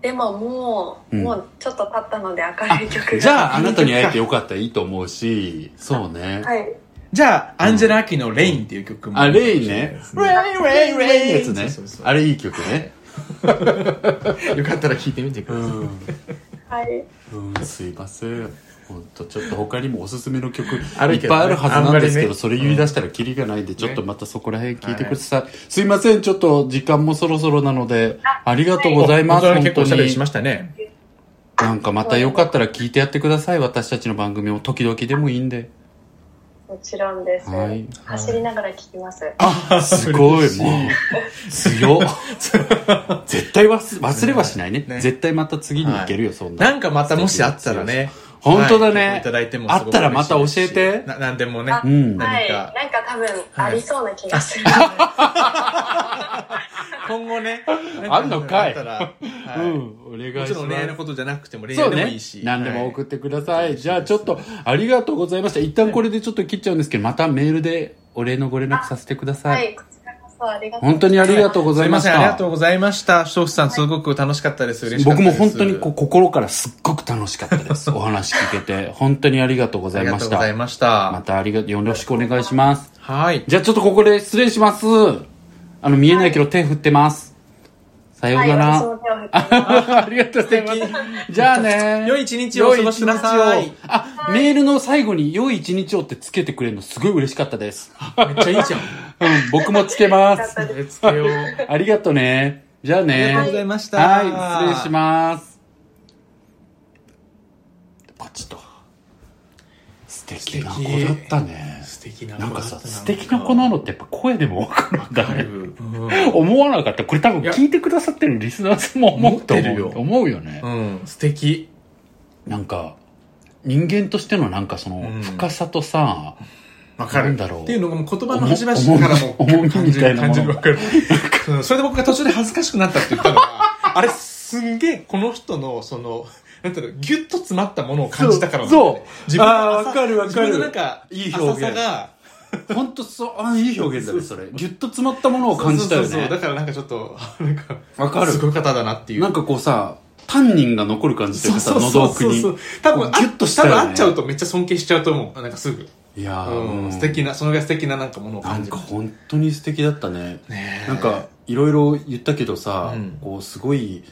Speaker 3: ー、でももう、
Speaker 2: うん
Speaker 3: もうちょっと経ったので明るい曲が。
Speaker 2: じゃあ、あなたに会えてよかったらいいと思うし、そうね。
Speaker 3: はい。
Speaker 1: じゃあ、アンジェラ・アキのレインっていう曲も。
Speaker 2: あ、レイね。レイ、レイ、レイやつね
Speaker 1: そうそうそ。う
Speaker 2: あれいい曲ね。
Speaker 1: よかったら聴いてみてく
Speaker 2: う
Speaker 1: ださい。
Speaker 2: ん。
Speaker 3: はい。
Speaker 2: うん、すいません。ほんと、ちょっと他にもおすすめの曲、いっ
Speaker 1: あ
Speaker 2: ぱ
Speaker 1: る
Speaker 2: い
Speaker 1: けどね
Speaker 2: あるはずなんですけど、
Speaker 1: あんまりね
Speaker 2: それ言い出したらキリがないんで、ちょっと
Speaker 1: ね
Speaker 2: またそこら辺聞いてください。すいません、ちょっと時間もそろそろなので、ありがとうございます、
Speaker 1: お大人
Speaker 2: 本
Speaker 1: 結
Speaker 2: 当
Speaker 1: 構おしゃべり
Speaker 2: に
Speaker 1: し。ましたね。
Speaker 2: なんかまたよかったら聞いてやってください、私たちの番組を時々でもいいんで。
Speaker 3: もちろんです。
Speaker 2: はい
Speaker 3: 走りながら聴きます。
Speaker 2: あ、すご
Speaker 1: 嬉
Speaker 2: い、
Speaker 1: しい
Speaker 2: もう、強っ。絶対忘忘れはしないね。
Speaker 1: ね
Speaker 2: 絶対また次に行けるよ、そんな。
Speaker 1: なんかまたもしあったらね。
Speaker 2: 本当だね
Speaker 1: はいいただいてもすごく
Speaker 2: あ
Speaker 1: 嬉しいですし
Speaker 2: ったらまた教えて
Speaker 1: な、なんでもね。
Speaker 3: あ
Speaker 2: ん
Speaker 3: はい。
Speaker 1: 何か
Speaker 3: なんか多分、ありそうな気がする。
Speaker 1: 今後ね。
Speaker 2: あんのかい
Speaker 1: なんあったら
Speaker 2: う
Speaker 1: はい
Speaker 2: ん、お願いし
Speaker 1: も
Speaker 2: ます。
Speaker 1: ちろん恋愛のことじゃなくても恋
Speaker 2: そ
Speaker 1: 愛
Speaker 2: う
Speaker 1: でも
Speaker 2: ね
Speaker 1: いいし。。
Speaker 2: 何でも送
Speaker 1: っ
Speaker 2: ってください。じゃあちょっと、ありがとうございました。一旦これでちょっと切っちゃうんですけど、またメールでお礼のご連絡させてくださ。
Speaker 3: はいい。こちらこそありがとう
Speaker 2: 本当にありがとうご
Speaker 1: す
Speaker 2: ざ
Speaker 1: い
Speaker 2: いま
Speaker 1: ま
Speaker 2: し
Speaker 1: せ
Speaker 2: た。
Speaker 1: ん、ありがとうございました。ショフさん、すごく楽しかったです。嬉しかった
Speaker 2: 僕
Speaker 1: で
Speaker 2: も
Speaker 1: す。
Speaker 2: 本当にこう心からすっごく楽しかった です。お話聞けて。本当にありがとうござ
Speaker 1: あ
Speaker 2: い
Speaker 1: り
Speaker 2: ま
Speaker 1: がと
Speaker 2: し
Speaker 1: うござい
Speaker 2: た。
Speaker 1: ました。
Speaker 2: またありが、よろしくお願いします。
Speaker 1: はい。
Speaker 2: じゃあちょっとここで失礼します。あの、見えないけど手振ってます。さよう
Speaker 3: はい、
Speaker 2: なら。
Speaker 3: 私も手を振ってます。
Speaker 2: ありがとうございます。じゃあね。
Speaker 1: 良い一日をお過ごしくだ
Speaker 2: 良
Speaker 1: さい
Speaker 2: 一日をあ、メールの最後に良い一日をってつけてくれるのすごい嬉しかったです。
Speaker 1: めっちゃいい じゃ
Speaker 2: う
Speaker 1: ん。
Speaker 2: ん、僕もつけます。
Speaker 1: えつけよう。
Speaker 2: ありがとうね。じゃあね。
Speaker 1: ありがとうございました
Speaker 2: はい、失礼します。パチッと。素敵な子だったね。
Speaker 1: 素敵な
Speaker 2: なんかさ、素敵な子な
Speaker 1: の。
Speaker 2: のってやっぱ声でもわかるんだ
Speaker 1: だい
Speaker 2: ね。
Speaker 1: ぶ。
Speaker 2: 思わなかった。これ多分
Speaker 1: いや
Speaker 2: 聞いてくださってるリスナーさんも思うと思う。
Speaker 1: 思ってるよ
Speaker 2: 思うよね。
Speaker 1: うん、素敵。
Speaker 2: なんか人間としてのなんかその
Speaker 1: うん
Speaker 2: 深さと さ、
Speaker 1: わか
Speaker 2: なん
Speaker 1: る。
Speaker 2: だろう
Speaker 1: っていうのがもう言葉の端々からも
Speaker 2: 重み重みみたいなも
Speaker 1: 感
Speaker 2: の
Speaker 1: じるわかる。うんそれで僕が途中で恥ずかしくなったって言ったのは、あれすんげえこの人のその、なんていうの、ギュッと詰まったものを感じたからなんだよね
Speaker 2: そうそう
Speaker 1: 自分の
Speaker 2: あーわかるわかる
Speaker 1: 自分のなんか、
Speaker 2: いい表現
Speaker 1: 浅さが、
Speaker 2: 本当そうあいい表現だねそれ ギュッと詰まったものを感じたよ
Speaker 1: そうそうそうだ
Speaker 2: ね
Speaker 1: からなんかちょっと、なんか、
Speaker 2: わかる
Speaker 1: すごい方だなっていう。
Speaker 2: なんかこうさタンニンが残る感じというかさ喉奥に
Speaker 1: そうそう多分、
Speaker 2: こうギュッとしたよ
Speaker 1: 多
Speaker 2: ね
Speaker 1: 分会っちゃうとめっちゃ尊敬しちゃうと思う。なんかすぐ。
Speaker 2: いやー、
Speaker 1: うん、素敵な、そのぐらい素敵ななんかものを
Speaker 2: な
Speaker 1: 感
Speaker 2: ん
Speaker 1: じ
Speaker 2: か
Speaker 1: る。
Speaker 2: 本当に素敵だったね
Speaker 1: ねえ
Speaker 2: なんかいろいろ言ったけどさ、
Speaker 1: うん
Speaker 2: こうすごい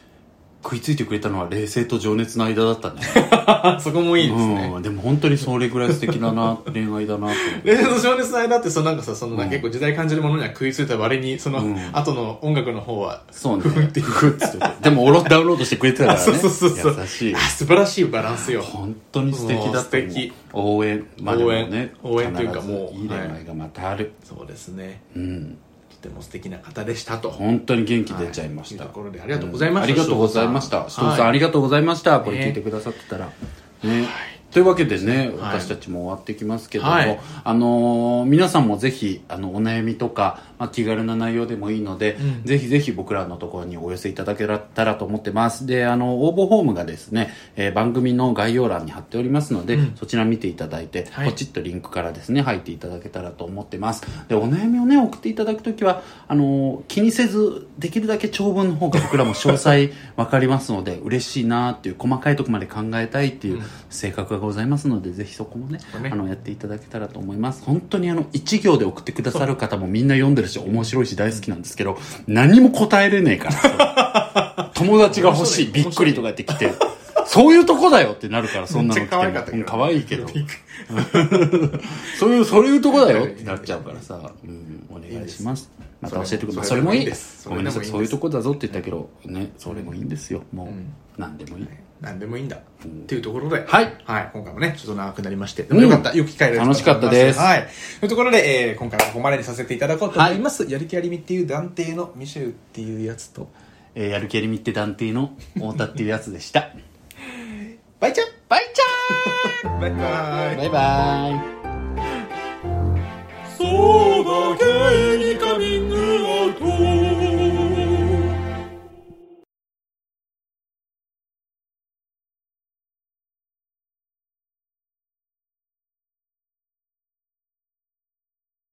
Speaker 2: 食いついてくれたのは冷静と情熱の間だったね。
Speaker 1: あそこも いいですね。
Speaker 2: うん、でも本当にそれぐらい素敵だな、恋愛だなと思って。
Speaker 1: 冷静と情熱の間って、そのなんかさ、そのな
Speaker 2: うん
Speaker 1: 結構時代感じるものには食いついた割に、その
Speaker 2: うん
Speaker 1: 後の音楽の方は、
Speaker 2: そうね。
Speaker 1: ふふって
Speaker 2: ふふっつってて。でもおろ、ダウンロードしてくれてたから
Speaker 1: あ
Speaker 2: ね。
Speaker 1: そうそうそうそう。
Speaker 2: 優しい
Speaker 1: あ。素晴らしいバランスよ。
Speaker 2: 本当に素敵だった。
Speaker 1: 素敵
Speaker 2: 応援、まあ、でもね。
Speaker 1: 応援応援というかもう
Speaker 2: 必ずいい恋愛がまたある。
Speaker 1: そうですね。
Speaker 2: うん。
Speaker 1: とても素敵な方でしたと。
Speaker 2: 本当に元気出ちゃいました。
Speaker 1: はいというところでありがとうございました
Speaker 2: んありがとうございました。
Speaker 1: 首藤
Speaker 2: 首
Speaker 1: さん
Speaker 2: 藤さ
Speaker 1: は
Speaker 2: ん、
Speaker 1: い
Speaker 2: ありがとうございました。これ
Speaker 1: ね
Speaker 2: 聞いてくださってたら。ね。というわけでね、
Speaker 1: はい
Speaker 2: 私たちも終わってきますけども、
Speaker 1: はい
Speaker 2: あのー皆さんもぜひ、あの、お悩みとか、まあ、気軽な内容でもいいので、
Speaker 1: うん
Speaker 2: ぜひぜひ僕らのところにお寄せいただけたらと思ってます。で、あの、応募フォームがですね、えー番組の概要欄に貼っておりますので、
Speaker 1: うん
Speaker 2: そちら見ていただいて、
Speaker 1: はい
Speaker 2: ポチッとリンクからですね、入っていただけたらと思ってます。で、お悩みをね、送っていただくときは、あの、気にせず、できるだけ長文の方が僕らも詳 細わかりますので、嬉しいなっていう、細かいとこまで考えたいっていう性格がございますので、ぜひそこもね
Speaker 1: そうね、
Speaker 2: あの、やっていただけたらと思います。本当にあの、一行で送ってくださる方もみんな読んでるし、面白いし大好きなんですけど、何も答えれねえから 友達が欲しい、びっくりとか言ってきて、そういうとこだよってなるから、そんなの来ても
Speaker 1: めっちゃ可愛かったけど
Speaker 2: うん可愛いけど。そういう、そういうとこだよってなっちゃうからさ、うん、お願いします。また教えてください。
Speaker 1: そ
Speaker 2: そ
Speaker 1: れ
Speaker 2: れ
Speaker 1: も
Speaker 2: も
Speaker 1: い
Speaker 2: い
Speaker 1: い
Speaker 2: い
Speaker 1: で
Speaker 2: ですす。ごめんなさい、
Speaker 1: そ
Speaker 2: そ
Speaker 1: れでもいい
Speaker 2: う
Speaker 1: んです
Speaker 2: いうとこだぞって言ったけど、ね、それもいいんですよ。もう
Speaker 1: うん、
Speaker 2: 何でもいい。
Speaker 1: 何でもいいんだ。っていうところで。
Speaker 2: はい。
Speaker 1: はい。今回もね、ちょっと長くなりまして。で
Speaker 2: うん
Speaker 1: もよかった。良き機会だと思います
Speaker 2: 楽しかったです
Speaker 1: はい。というところで、えー今回はここまでにさせていただこうと思います。やる気ありみっていう断定のミシェルっていうやつと、
Speaker 2: えーやる気ありみって断定の太田っていうやつでした。
Speaker 1: バイちゃん
Speaker 2: バイち
Speaker 1: バイバ
Speaker 2: ゃ
Speaker 1: イ
Speaker 2: んバイバイ
Speaker 1: そう